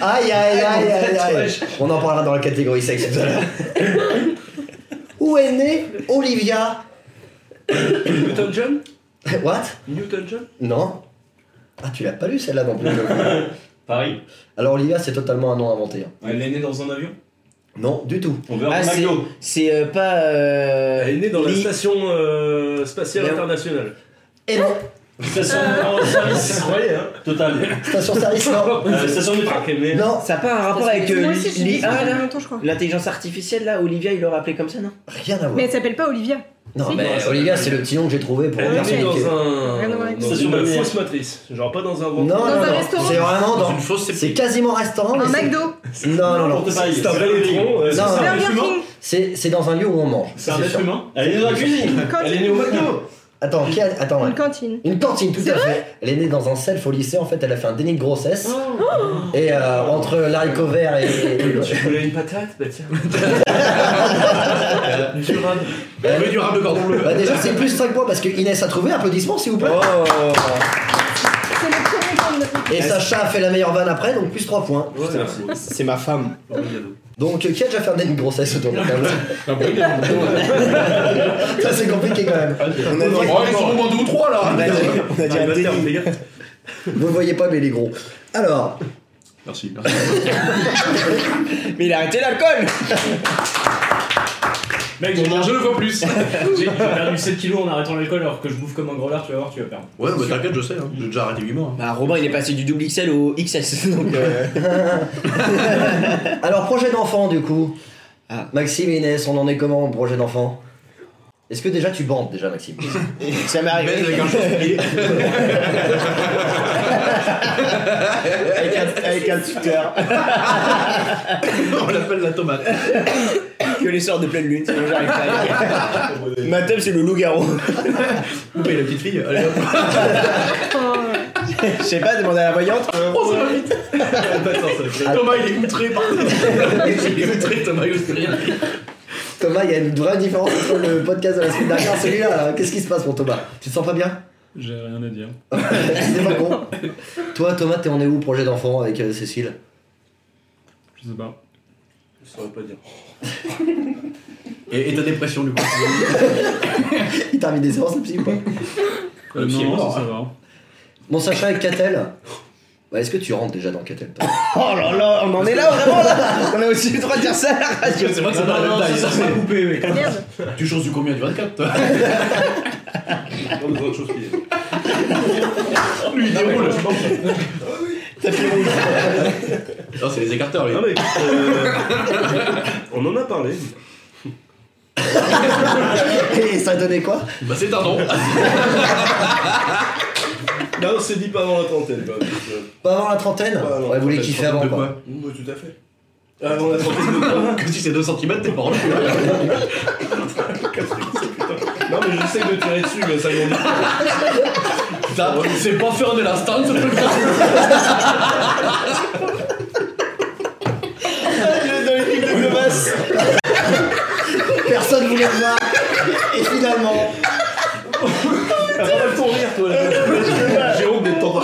[SPEAKER 2] Aïe, aïe, aïe, aïe, aïe. On en parlera dans la catégorie sexe tout à l'heure. Où est née Olivia
[SPEAKER 9] Newton John
[SPEAKER 2] Eh, What
[SPEAKER 9] Newton John
[SPEAKER 2] Non Ah, tu l'as pas lu celle-là non plus.
[SPEAKER 8] Paris.
[SPEAKER 2] Alors, Olivia, c'est totalement un nom inventé. hein.
[SPEAKER 7] Elle est née dans un avion
[SPEAKER 2] Non, du tout.
[SPEAKER 8] On verra
[SPEAKER 6] Ah, c'est-
[SPEAKER 8] McDo.
[SPEAKER 6] c'est euh, pas. euh,
[SPEAKER 9] Elle est née dans la
[SPEAKER 6] Lee-
[SPEAKER 9] station euh, spatiale
[SPEAKER 6] Léon.
[SPEAKER 9] internationale.
[SPEAKER 2] Et Eh non
[SPEAKER 8] Station en service. Vous voyez, hein Total.
[SPEAKER 2] Station-service, non
[SPEAKER 8] Euh, Station de train.
[SPEAKER 2] Non
[SPEAKER 6] Ça n'a pas un rapport avec euh,
[SPEAKER 5] Moi aussi, j'ai dit ça il y
[SPEAKER 6] l'IA
[SPEAKER 5] a
[SPEAKER 6] là
[SPEAKER 5] longtemps, je crois.
[SPEAKER 6] L'intelligence artificielle là, Olivia il l'aurait appelé comme ça non
[SPEAKER 2] Rien à
[SPEAKER 5] Mais
[SPEAKER 2] voir.
[SPEAKER 5] elle s'appelle pas Olivia.
[SPEAKER 2] Non,
[SPEAKER 5] si.
[SPEAKER 2] mais euh,
[SPEAKER 6] euh,
[SPEAKER 2] Olivia, c'est le petit nom que j'ai trouvé pour
[SPEAKER 9] Elle
[SPEAKER 2] faire
[SPEAKER 9] est née
[SPEAKER 2] son
[SPEAKER 9] dans
[SPEAKER 2] métier.
[SPEAKER 5] Rien à voir
[SPEAKER 9] un.
[SPEAKER 5] avec
[SPEAKER 9] dans
[SPEAKER 8] ça.
[SPEAKER 9] une
[SPEAKER 8] Station
[SPEAKER 9] fausse matrice. Genre pas dans un
[SPEAKER 2] Non,
[SPEAKER 9] ventre.
[SPEAKER 2] non,
[SPEAKER 5] un
[SPEAKER 2] non.
[SPEAKER 5] restaurant
[SPEAKER 2] C'est vraiment
[SPEAKER 4] Dans
[SPEAKER 2] dans.
[SPEAKER 4] une fausse
[SPEAKER 2] C'est
[SPEAKER 4] sceptique.
[SPEAKER 2] quasiment restaurant, mais
[SPEAKER 5] Un
[SPEAKER 2] c'est-
[SPEAKER 5] McDo.
[SPEAKER 2] Non, non, non.
[SPEAKER 8] N'importe quoi.
[SPEAKER 9] C'est un bel étron. euh,
[SPEAKER 2] Non,
[SPEAKER 6] Ah,
[SPEAKER 2] non,
[SPEAKER 5] Burger
[SPEAKER 4] justement.
[SPEAKER 5] King.
[SPEAKER 2] C'est c'est dans un lieu où on mange.
[SPEAKER 7] C'est un
[SPEAKER 2] c'est
[SPEAKER 7] être
[SPEAKER 2] sûr.
[SPEAKER 7] humain
[SPEAKER 8] Elle est née dans la cuisine.
[SPEAKER 5] Cantine.
[SPEAKER 8] Elle est née au McDo.
[SPEAKER 2] Attends, qui a- Attends, ouais.
[SPEAKER 5] Une cantine.
[SPEAKER 2] Une cantine, tout à fait. Elle est née dans un self au lycée, en fait, elle a fait un déni de grossesse.
[SPEAKER 5] Oh.
[SPEAKER 2] Et euh, entre l'haricot vert et.
[SPEAKER 9] Tu voulais une patate Bah tiens. Euh,
[SPEAKER 4] Elle veut du rap de cordon bleu.
[SPEAKER 2] bah, déjà, c'est plus 5 points parce que Inès a trouvé. Applaudissements, s'il vous
[SPEAKER 9] Oh.
[SPEAKER 2] plaît.
[SPEAKER 5] C'est le premier point de notre
[SPEAKER 2] Et Sacha a fait la meilleure vanne après, donc plus 3 points.
[SPEAKER 9] Putain, merci.
[SPEAKER 6] C'est ma femme.
[SPEAKER 2] Donc, euh, qui a déjà fait un déni de grossesse autour de la table Ça, c'est compliqué quand même.
[SPEAKER 6] On a dit,
[SPEAKER 4] Oh, ils sont au moins deux ou trois là
[SPEAKER 6] on a dit- on a dit
[SPEAKER 9] Ah,
[SPEAKER 6] un
[SPEAKER 9] master,
[SPEAKER 6] déni.
[SPEAKER 9] fais gaffe.
[SPEAKER 2] Vous le voyez pas, mais il est gros. Alors,
[SPEAKER 9] Merci.
[SPEAKER 6] Mais il a arrêté l'alcool
[SPEAKER 7] Mec, j'ai perdu- J'ai j'ai perdu 7 kilos en arrêtant l'alcool alors que je bouffe comme un grelard, tu vas voir, tu vas perdre.
[SPEAKER 6] Ouais, bah
[SPEAKER 9] t'inquiète, je sais,
[SPEAKER 4] hein.
[SPEAKER 9] j'ai déjà arrêté 8 mois.
[SPEAKER 6] Bah, Robin, il est passé du double XL au XS, donc. euh,
[SPEAKER 2] Alors, projet d'enfant, du coup. Ah, Maxime et Inès, on en est comment, projet d'enfant Est-ce que déjà tu bandes, déjà, Maxime
[SPEAKER 6] Ça
[SPEAKER 4] Ah,
[SPEAKER 6] m'est arrivé. avec, un, avec un tuteur.
[SPEAKER 4] On l'appelle la tomate.
[SPEAKER 6] que les sorts de pleine lune, sinon j'arrive pas à lire. Ma teub, c'est le loup-garou.
[SPEAKER 4] Vous payez la petite fille Allez hop
[SPEAKER 5] Oh,
[SPEAKER 6] Je sais pas, demander à la voyante.
[SPEAKER 4] Oh, ça va vite Thomas, il est outré par Il est outré, Thomas, il ose plus rien.
[SPEAKER 2] Thomas, il y a une vraie différence entre le podcast de la semaine dernière et celui-là. là. Qu'est-ce qui se passe pour Thomas Tu te sens pas bien
[SPEAKER 3] J'ai rien à dire.
[SPEAKER 2] C'est pas con. Toi, Thomas, t'es en est où, projet d'enfant avec euh, Cécile
[SPEAKER 3] Je sais pas.
[SPEAKER 9] Je saurais pas dire.
[SPEAKER 4] Et, et ta dépression, du coup
[SPEAKER 2] Il t'a mis des séances, le psy ou pas
[SPEAKER 3] Euh,
[SPEAKER 2] Le psy
[SPEAKER 3] non,
[SPEAKER 2] est
[SPEAKER 3] non,
[SPEAKER 2] mort,
[SPEAKER 3] ça, ça
[SPEAKER 2] hein.
[SPEAKER 3] va.
[SPEAKER 2] Mon Sacha avec Catel bah, Est-ce que tu rentres déjà dans Catel toi
[SPEAKER 6] Oh là là, on en est là vraiment là On a aussi le droit de dire ça à la radio.
[SPEAKER 4] C'est Ah, vrai que ça va la taille.
[SPEAKER 7] sera coupé, mec.
[SPEAKER 4] Tu choses du combien Du 24 toi
[SPEAKER 9] Pas besoin de choses qui
[SPEAKER 4] Lui, il déroule.
[SPEAKER 6] Tapis rouge.
[SPEAKER 4] Ah Non, c'est les écarteurs, lui.
[SPEAKER 9] Non mais écoute, euh, on en a parlé.
[SPEAKER 2] Et ça donnait quoi
[SPEAKER 4] Bah, c'est un nom.
[SPEAKER 9] Non, on s'est dit pas avant la trentaine. Quoi, euh. parce que-
[SPEAKER 2] Pas avant la trentaine
[SPEAKER 9] Pas avant la
[SPEAKER 2] Ouais, vous voulez
[SPEAKER 9] trentaine,
[SPEAKER 2] kiffer
[SPEAKER 9] trentaine
[SPEAKER 2] avant
[SPEAKER 9] de
[SPEAKER 2] quoi
[SPEAKER 9] quoi Mmh, ouais, Tout à fait. Ah, Avant la trentaine de quoi
[SPEAKER 4] Que si c'est 2 cm, t'es pas en cul.
[SPEAKER 9] Non mais j'essaie de tirer dessus, mais ça grandit.
[SPEAKER 4] Putain, c'est pas faire de l'instant, ce truc
[SPEAKER 6] Dans l'équipe de Globas.
[SPEAKER 2] Personne voulait le voir Et finalement
[SPEAKER 9] Arrête ton rire, toi. là. J'ai honte d'être ton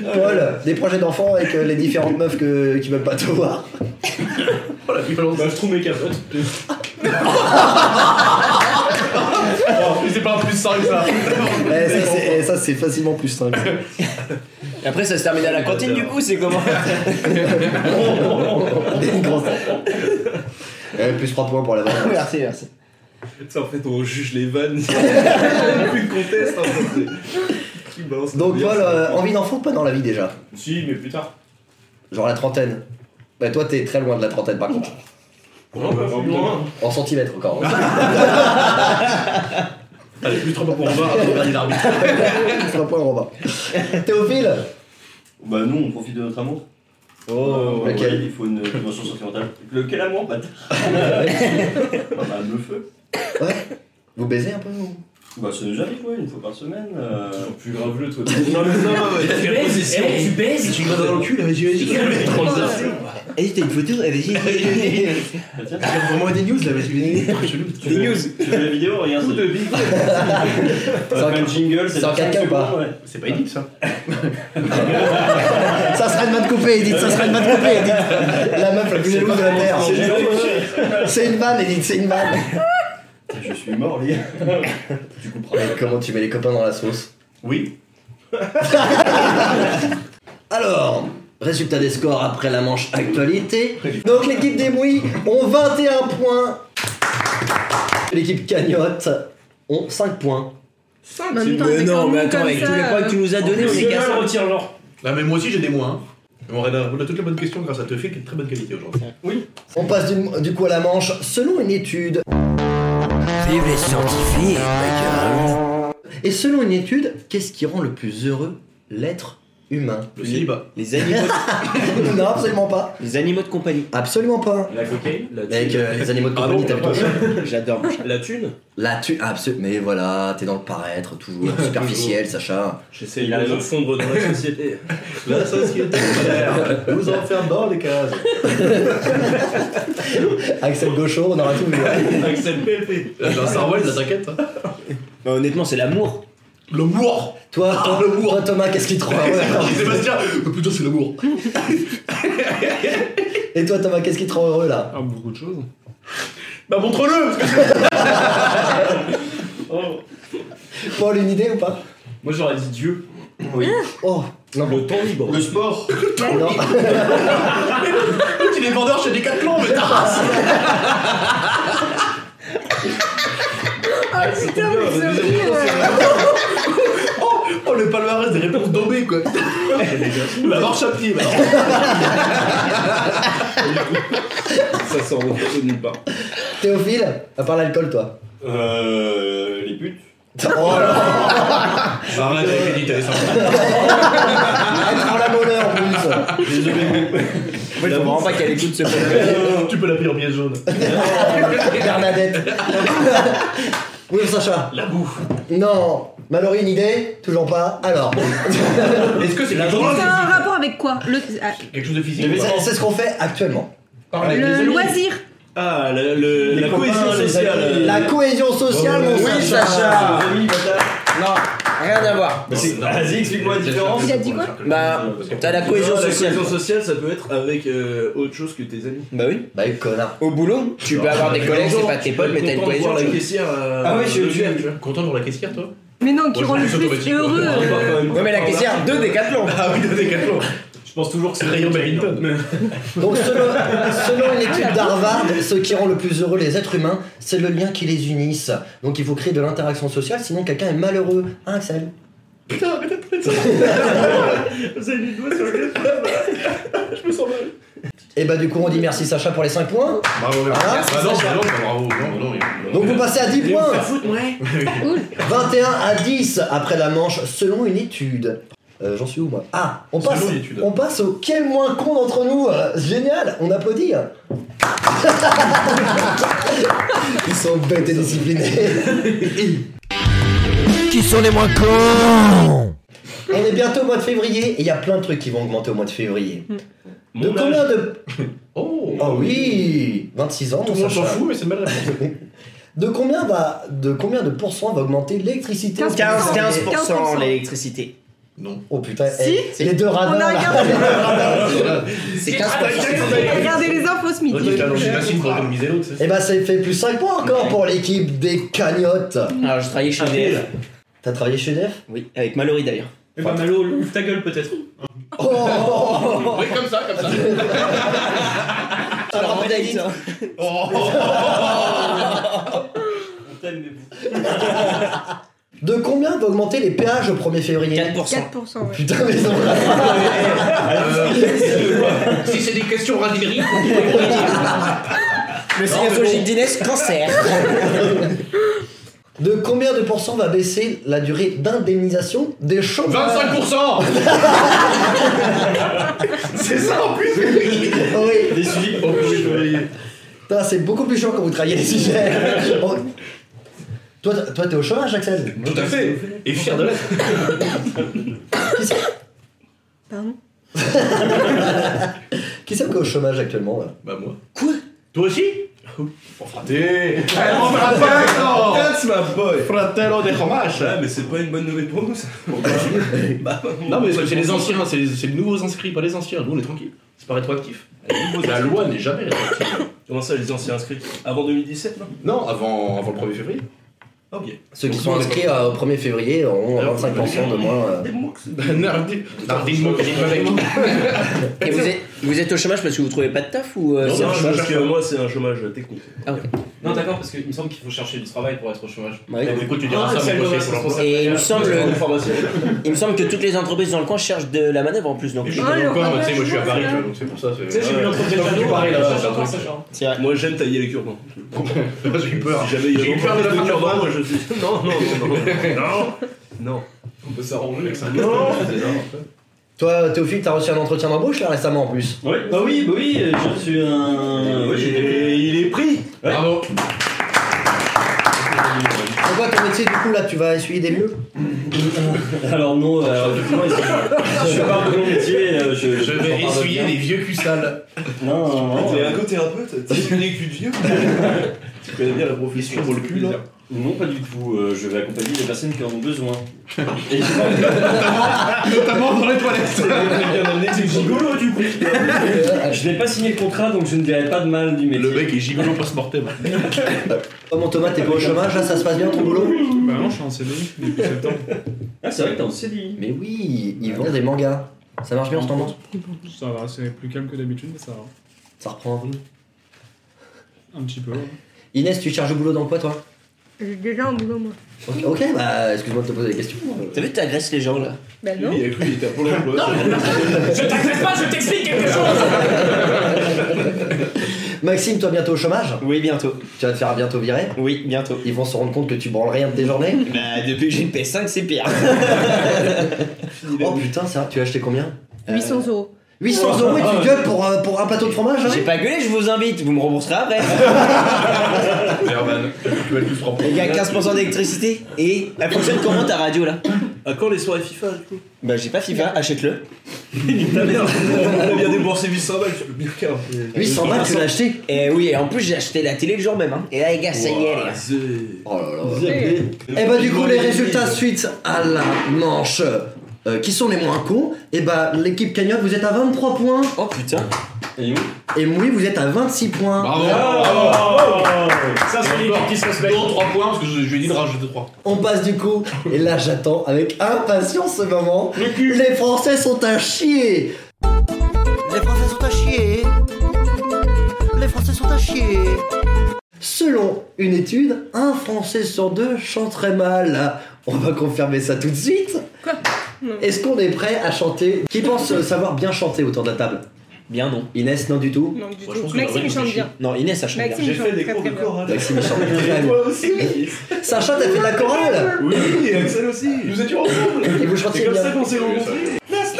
[SPEAKER 2] Paul, des projets d'enfants avec euh, les différentes meufs que, qui veulent pas te voir.
[SPEAKER 4] Oh la violence.
[SPEAKER 7] Bah, je trouve mes capotes.
[SPEAKER 4] Oh, mais c'est pas plus simple, ça.
[SPEAKER 2] Eh, ça, c'est, eh, ça, c'est facilement plus simple.
[SPEAKER 6] Et après, ça se termine à la cantine du coup, c'est comment
[SPEAKER 2] Une grosse- Eh, plus 3 points pour la vanne.
[SPEAKER 6] Merci, merci.
[SPEAKER 9] Ça en fait on juge les vannes. Il y a plus de conteste. hein, c'est- Qui balance la
[SPEAKER 2] Donc
[SPEAKER 9] bière,
[SPEAKER 2] Paul,
[SPEAKER 9] ça.
[SPEAKER 2] euh, envie d'enfant ou pas dans la vie déjà
[SPEAKER 7] Si, mais plus tard.
[SPEAKER 2] Genre la trentaine Bah toi t'es très loin de la trentaine par contre.
[SPEAKER 9] Non, pas plus loin.
[SPEAKER 2] En centimètres encore.
[SPEAKER 4] Allez, plus 3 pour Robin, après, regardez l'arbitre.
[SPEAKER 2] plus 3 points Robin. Théophile
[SPEAKER 8] Bah, nous, on profite de notre amour.
[SPEAKER 2] Oh, lequel
[SPEAKER 8] Ouais, Il faut une dimension sentimentale. Lequel amour, bâtard Bah, bah, le feu.
[SPEAKER 2] Vous baisez un peu ou
[SPEAKER 8] Bah, c'est déjà arrivé, ouais, une fois par semaine. euh,
[SPEAKER 7] Toujours plus grave le toi.
[SPEAKER 9] Non mais non, non, ouais.
[SPEAKER 7] Tu baises, eh, tu baises, tu
[SPEAKER 4] Dans le cul, là, mais j'imagine.
[SPEAKER 6] Vas-y, t'as une photo Eh, Vas-y.
[SPEAKER 8] bah, tiens.
[SPEAKER 4] Vraiment des news, là, mais j'imagine.
[SPEAKER 8] Tu veux- Tu veux la vidéo Regarde, c'est
[SPEAKER 2] C'est en-
[SPEAKER 8] un jingle, c'est
[SPEAKER 2] c'est en 4K ou pas
[SPEAKER 8] secondes, ouais.
[SPEAKER 4] C'est pas édite, ça.
[SPEAKER 2] Ça serait une vanne coupée Edith, ça serait une vanne coupée Edith La meuf la plus jalouse de la Terre. C'est une vanne Edith, c'est une vanne
[SPEAKER 8] Je suis mort, les gars.
[SPEAKER 2] Mais Comment tu mets les copains dans la sauce
[SPEAKER 4] Oui.
[SPEAKER 2] Alors, résultat des scores après la manche actualité. Donc l'équipe des Mouilles ont 21 points. L'équipe Cagnotte ont 5 points.
[SPEAKER 5] En même temps, c'est quand même comme ça, euh,
[SPEAKER 6] nous as donné,
[SPEAKER 7] C'est qu'un retire genre.
[SPEAKER 4] Là, Ah, mais moi aussi, j'ai des moins. hein. On a on a toutes les bonnes questions grâce à Teufil, qui est de très bonne qualité aujourd'hui.
[SPEAKER 2] On passe du, du coup à la manche selon une étude.
[SPEAKER 10] Vive les scientifiques,
[SPEAKER 2] Et selon une étude, qu'est-ce qui rend le plus heureux l'être humain
[SPEAKER 4] Le célibat.
[SPEAKER 6] Les animaux,
[SPEAKER 2] Non, absolument pas.
[SPEAKER 6] les animaux de compagnie.
[SPEAKER 2] Absolument pas.
[SPEAKER 7] La cocaïne, la
[SPEAKER 2] Avec euh, les animaux de
[SPEAKER 4] Ah
[SPEAKER 2] compagnie,
[SPEAKER 4] bon,
[SPEAKER 2] t'as vu ton chat
[SPEAKER 6] J'adore.
[SPEAKER 7] La thune
[SPEAKER 2] Là, tu. Absolument. Mais voilà, t'es dans le paraître, toujours superficiel, Sacha.
[SPEAKER 7] J'essaie il arrive à fondre dans la société.
[SPEAKER 4] La société moderne nous enferme dans les cases.
[SPEAKER 2] Axel Gauchon, on aura tout vu.
[SPEAKER 4] Axel PP. J'ai un Sarwell, ça t'inquiète. hein.
[SPEAKER 6] Bah, honnêtement, c'est l'amour.
[SPEAKER 4] Le mour
[SPEAKER 2] Toi, toi, toi, Thomas, qu'est-ce qui te rend heureux
[SPEAKER 4] Sébastien euh, Putain, c'est le mour.
[SPEAKER 2] Et toi, Thomas, qu'est-ce qui te rend heureux là
[SPEAKER 3] Ah, beaucoup de choses.
[SPEAKER 4] Bah, montre-le parce que
[SPEAKER 7] Oh.
[SPEAKER 2] Paul, une idée ou pas
[SPEAKER 7] Moi j'aurais dit Dieu.
[SPEAKER 2] Oh,
[SPEAKER 8] Le temps libre. Ah. Le sport. Le temps
[SPEAKER 2] Non.
[SPEAKER 4] ah, Il est vendeur chez Decathlon, mais ta race Ah putain, mais c'est horrible Oh, oh, le palmarès des réponses d'Obé, quoi La marche à pied, bah.
[SPEAKER 9] Ça sort de nulle part.
[SPEAKER 2] Théophile, à part l'alcool, toi.
[SPEAKER 8] Euh. Les putes.
[SPEAKER 2] Oh
[SPEAKER 8] Arrête avec les détails,
[SPEAKER 2] Ah, la bonheur en plus
[SPEAKER 8] Désolé.
[SPEAKER 2] Moi, je comprends pas qu'elle écoute ce
[SPEAKER 4] Tu peux l'appeler en pièce jaune.
[SPEAKER 2] Bernadette. Oui, Sacha.
[SPEAKER 4] La bouffe.
[SPEAKER 2] Non. Mallory, une idée Toujours pas. Alors.
[SPEAKER 4] Est-ce que c'est la
[SPEAKER 5] Ça a un rapport avec quoi Le, ah,
[SPEAKER 4] Quelque chose de physique.
[SPEAKER 2] C'est c'est ce qu'on fait actuellement.
[SPEAKER 5] le loisir
[SPEAKER 8] Ah, le, le- la
[SPEAKER 6] copains,
[SPEAKER 8] cohésion
[SPEAKER 6] les
[SPEAKER 9] Euh,
[SPEAKER 8] sociale.
[SPEAKER 2] La cohésion sociale, mon
[SPEAKER 8] Oui,
[SPEAKER 2] Sacha.
[SPEAKER 8] Sacha. Rémi, bâtard.
[SPEAKER 6] Non, rien à voir.
[SPEAKER 8] Bah, c'est- Vas-y, explique-moi la différence.
[SPEAKER 5] Il a dit quoi
[SPEAKER 6] Bah, t'as la cohésion
[SPEAKER 9] Ah, La
[SPEAKER 6] sociale.
[SPEAKER 9] cohésion sociale, ça peut être avec euh, autre chose que tes amis.
[SPEAKER 6] Bah oui.
[SPEAKER 2] Bah, connard.
[SPEAKER 6] Au boulot, tu peux avoir des collègues, c'est pas tes potes, mais t'as une
[SPEAKER 9] Content de
[SPEAKER 6] cohésion.
[SPEAKER 9] voir la
[SPEAKER 6] tu vois.
[SPEAKER 9] caissière. euh,
[SPEAKER 6] Ah ouais, je suis
[SPEAKER 9] le
[SPEAKER 6] obligé,
[SPEAKER 9] week-end,
[SPEAKER 6] tu
[SPEAKER 9] vois.
[SPEAKER 4] Content pour la caissière, toi
[SPEAKER 5] Mais non, qui
[SPEAKER 4] Moi,
[SPEAKER 5] rend
[SPEAKER 4] je
[SPEAKER 5] le
[SPEAKER 4] suis
[SPEAKER 5] plus
[SPEAKER 4] automatique.
[SPEAKER 5] heureux. euh,
[SPEAKER 6] Ouais, mais la caissière de Décathlon.
[SPEAKER 4] Ah oui, de Decathlon.
[SPEAKER 7] Je pense toujours que c'est
[SPEAKER 4] Rayon badminton.
[SPEAKER 2] Donc, selon, selon une étude d'Harvard, ce qui rend le plus heureux les êtres humains, c'est le lien qui les unisse. Donc, il faut créer de l'interaction sociale, sinon quelqu'un est malheureux. Hein, Axel
[SPEAKER 4] Putain, mais t'as pris ça Vous avez mis le doigt sur le Je me sens mal.
[SPEAKER 2] Et bah, du coup, on dit merci Sacha pour les 5 points.
[SPEAKER 4] Bravo,
[SPEAKER 5] Ah,
[SPEAKER 2] Voilà.
[SPEAKER 4] Bah non, bah non, bah bravo. Non, non, non.
[SPEAKER 2] Donc, vous passez à 10 points.
[SPEAKER 5] cool.
[SPEAKER 2] 21 à 10 après la manche, selon une étude. Euh, J'en suis où moi Ah, on passe,
[SPEAKER 4] Selon une étude.
[SPEAKER 2] on passe au quel moins con d'entre nous. euh, génial, on applaudit. hein. Ils sont bêtes et disciplinés.
[SPEAKER 10] Qui sont les moins cons
[SPEAKER 2] on est bientôt au mois de février et il y a plein de trucs qui vont augmenter au mois de février. De
[SPEAKER 4] Mon
[SPEAKER 2] combien
[SPEAKER 4] âge.
[SPEAKER 2] de...
[SPEAKER 4] Oh,
[SPEAKER 2] Oh oui 26 ans,
[SPEAKER 4] Tout
[SPEAKER 2] mon
[SPEAKER 4] le monde s'en
[SPEAKER 2] Sacha.
[SPEAKER 4] fout, mais c'est une bonne réponse.
[SPEAKER 2] De combien, va, de combien de pourcents va augmenter l'électricité
[SPEAKER 5] 15%.
[SPEAKER 6] 15, 15,
[SPEAKER 5] 15%.
[SPEAKER 6] l'électricité.
[SPEAKER 2] Oh putain,
[SPEAKER 5] Si.
[SPEAKER 2] eh, les deux
[SPEAKER 4] Ah,
[SPEAKER 2] radins
[SPEAKER 5] On a
[SPEAKER 2] là.
[SPEAKER 5] regardé.
[SPEAKER 6] C'est 15%.
[SPEAKER 5] Regardez les infos ce midi.
[SPEAKER 4] Dans le gymnastique pour économiser l'autre, c'est ça
[SPEAKER 2] Et bah ça fait plus 5 points encore pour l'équipe des cagnottes.
[SPEAKER 6] Alors, je travaillais chez DL.
[SPEAKER 2] T'as travaillé chez Def
[SPEAKER 6] Ah, Oui, avec Mallory d'ailleurs.
[SPEAKER 7] Eh bah, Malo, ouvre ta gueule peut-être.
[SPEAKER 2] Oh
[SPEAKER 4] Oui, comme ça, comme ça.
[SPEAKER 6] Ah,
[SPEAKER 2] Alors,
[SPEAKER 8] On t'aime, mais vous-
[SPEAKER 2] De combien va augmenter les péages au 1er février
[SPEAKER 6] 4%.
[SPEAKER 5] 4%, ouais.
[SPEAKER 2] Putain mais non
[SPEAKER 4] Euh, Si c'est des questions radineries,
[SPEAKER 6] Le scientologique d'Inès, cancer.
[SPEAKER 2] De combien de pourcents va baisser la durée d'indemnisation des chômeurs
[SPEAKER 4] 25% C'est ça en plus
[SPEAKER 2] Oh Oui
[SPEAKER 8] Des sujets pour vous chevalier.
[SPEAKER 2] Putain c'est beaucoup plus chaud quand vous travaillez les sujets Oh. Toi t- toi, t'es au chômage Axel
[SPEAKER 4] Tout à fait Et fier de l'être
[SPEAKER 5] Pardon
[SPEAKER 2] Qui c'est qui est au chômage actuellement là
[SPEAKER 4] Bah moi.
[SPEAKER 2] Quoi
[SPEAKER 4] Toi aussi Pour frater On frappe
[SPEAKER 9] That's my boy.
[SPEAKER 4] Fratello des chômages
[SPEAKER 9] Ah, mais c'est pas une bonne nouvelle pour nous, ça.
[SPEAKER 4] Non mais c'est les anciens, c'est les, c'est les nouveaux inscrits, pas les anciens, nous on est tranquille. C'est pas rétroactif. La loi n'est jamais rétroactive.
[SPEAKER 9] Comment ça, les anciens inscrits Avant 2017, non
[SPEAKER 4] Non, avant, avant le 1er février.
[SPEAKER 9] Ok.
[SPEAKER 2] Ceux qui sont inscrits euh, au 1er février auront
[SPEAKER 4] Alors,
[SPEAKER 2] 25% de moins. euh.
[SPEAKER 4] Nardi, Nardi, Mo- Nardi- Mo-
[SPEAKER 6] Et vous êtes, vous êtes au chômage parce que vous trouvez pas de taf ou euh,
[SPEAKER 9] Non,
[SPEAKER 6] c'est
[SPEAKER 9] non,
[SPEAKER 6] un chômage
[SPEAKER 9] parce que moi, c'est un chômage technique.
[SPEAKER 8] Ah,
[SPEAKER 7] Non, d'accord, parce qu'il me semble qu'il faut chercher du travail pour être au chômage. Ah,
[SPEAKER 6] Bah oui.
[SPEAKER 4] Du coup, Ah, tu diras ça à mon prochain pour l'emploi.
[SPEAKER 6] Et il me, semble,
[SPEAKER 9] Une formation.
[SPEAKER 6] il me semble que toutes les entreprises dans le coin cherchent de la manœuvre en plus. Donc,
[SPEAKER 4] Et je
[SPEAKER 5] Oh,
[SPEAKER 4] connais
[SPEAKER 5] le
[SPEAKER 4] encore, mais Ah, tu sais, moi je suis à
[SPEAKER 5] chômage,
[SPEAKER 4] Paris,
[SPEAKER 5] là.
[SPEAKER 4] tu vois, donc c'est pour ça.
[SPEAKER 7] Tu sais, j'ai vu l'entretien de
[SPEAKER 4] J'ai
[SPEAKER 7] Malo,
[SPEAKER 4] parlé, là,
[SPEAKER 7] ça
[SPEAKER 3] Euh,
[SPEAKER 4] c'est un
[SPEAKER 7] change,
[SPEAKER 4] truc.
[SPEAKER 7] ça change.
[SPEAKER 6] c'est vrai.
[SPEAKER 9] Euh, Moi, j'aime tailler les cure-dents.
[SPEAKER 4] J'ai eu peur.
[SPEAKER 9] Si jamais il y
[SPEAKER 4] J'ai
[SPEAKER 9] a
[SPEAKER 4] eu peur de la
[SPEAKER 9] de
[SPEAKER 4] faire
[SPEAKER 9] cure-dents,
[SPEAKER 4] peur.
[SPEAKER 9] moi, je suis. Non, non, non, non. Non.
[SPEAKER 7] On peut s'arranger avec ça.
[SPEAKER 9] Non.
[SPEAKER 2] Toi Théophile t'as reçu un entretien d'embauche là récemment en plus.
[SPEAKER 8] Ouais, bah oui, bah oui, euh, j'ai reçu un.
[SPEAKER 9] Ouais, j'ai été
[SPEAKER 8] Et il est pris
[SPEAKER 4] Bravo.
[SPEAKER 2] C'est quoi ton métier du coup là Tu vas essuyer des murs
[SPEAKER 8] Alors non, euh, alors effectivement, ici, je parle de mon métier, euh, je,
[SPEAKER 4] Je vais essuyer les vieux culs sales.
[SPEAKER 8] Non, non, non.
[SPEAKER 9] un côté thérapeute, t'as une écu de vieux.
[SPEAKER 8] Tu connais bien la profession pour le hein. cul là Non, pas du tout. Euh, je vais accompagner les personnes qui en ont besoin. Et
[SPEAKER 4] Notamment dans les toilettes.
[SPEAKER 8] C'est gigolo du coup. je n'ai pas signé le contrat donc je ne verrai pas de mal du métier. Le mec est gigolo post-mortem.
[SPEAKER 2] Oh mon Thomas, t'es pas au chômage là, ça se passe bien ton boulot
[SPEAKER 3] Bah non, je suis en CDI depuis septembre.
[SPEAKER 8] Ah, c'est vrai que t'es en CDI
[SPEAKER 2] Mais oui, ils vendent des mangas. Ça marche bien en ce moment
[SPEAKER 3] Ça va, c'est plus calme que d'habitude, mais ça va.
[SPEAKER 2] Ça reprend un peu.
[SPEAKER 3] Un petit peu. ouais.
[SPEAKER 2] Inès, tu cherches du boulot dans quoi toi
[SPEAKER 5] J'ai déjà un boulot, moi.
[SPEAKER 2] Ok, ok, bah excuse-moi de te poser des questions.
[SPEAKER 6] T'as vu, t'agresses les gens là.
[SPEAKER 5] Bah non.
[SPEAKER 9] Il a cru qu'il était à Pôle emploi.
[SPEAKER 7] Je t'agresse pas, je t'explique quelque chose
[SPEAKER 2] Maxime, toi bientôt au chômage
[SPEAKER 6] Oui, bientôt.
[SPEAKER 2] Tu vas te faire bientôt virer
[SPEAKER 6] Oui, bientôt.
[SPEAKER 2] Ils vont se rendre compte que tu branles rien de tes journées
[SPEAKER 6] Bah, depuis que j'ai une PS5, c'est pire.
[SPEAKER 2] Oh putain, ça, tu as acheté combien
[SPEAKER 5] 800 Euh, euros.
[SPEAKER 2] 800 euros et tu gueules pour, euh, pour un plateau de fromage hein
[SPEAKER 6] J'ai pas gueulé, je vous invite, vous me rembourserez après.
[SPEAKER 4] Herman, tu vas tous
[SPEAKER 6] Il y
[SPEAKER 4] remporter.
[SPEAKER 6] a 15% d'électricité et la prochaine commande ta radio là.
[SPEAKER 9] À quand les soirées FIFA du coup
[SPEAKER 6] Bah, j'ai pas FIFA, achète-le.
[SPEAKER 9] Ta merde On vient débourser 800 balles, tu peux bien qu'un.
[SPEAKER 2] 800 balles, tu l'as acheté
[SPEAKER 6] Et oui, et en plus, j'ai acheté la télé le jour même. Hein. Et là, les gars, ça y est, les
[SPEAKER 9] Ah,
[SPEAKER 6] gars.
[SPEAKER 2] Oh là là. Et bah du coup les résultats suite à la manche euh, qui sont les moins cons, et bah l'équipe cagnotte vous êtes à 23 points
[SPEAKER 6] Oh putain.
[SPEAKER 8] Et où
[SPEAKER 2] et Moui vous êtes à 26
[SPEAKER 7] Oh,
[SPEAKER 2] points.
[SPEAKER 4] Bravo.
[SPEAKER 7] Ça, c'est les qui se respectent.
[SPEAKER 4] Dont 3 points parce que je je lui ai dit de rajouter 3.
[SPEAKER 2] On passe du coup, et là j'attends avec impatience ce moment. Les Français sont à chier
[SPEAKER 10] Les Français sont à chier. Les Français sont à chier.
[SPEAKER 2] Selon une étude, un Français sur deux chante très mal. On va confirmer ça tout de suite.
[SPEAKER 5] Quoi Non.
[SPEAKER 2] Est-ce qu'on est prêt à chanter Qui pense euh, savoir bien chanter autour de la table
[SPEAKER 6] Bien, non.
[SPEAKER 2] Inès, non du tout.
[SPEAKER 5] Non, du
[SPEAKER 9] Moi, je
[SPEAKER 5] tout.
[SPEAKER 9] pense que
[SPEAKER 5] Maxime,
[SPEAKER 9] la
[SPEAKER 5] il chante
[SPEAKER 9] vraie,
[SPEAKER 5] bien.
[SPEAKER 6] Non, Inès, ça chante bien.
[SPEAKER 5] Maxime, il chante très très bien.
[SPEAKER 2] Maxime il chante très bien.
[SPEAKER 9] aussi
[SPEAKER 2] Sacha, t'as fait de la chorale
[SPEAKER 9] Oui, Axel aussi Nous étions ensemble
[SPEAKER 2] Et vous chantiez bien.
[SPEAKER 9] s'est rencontrés Non, c'est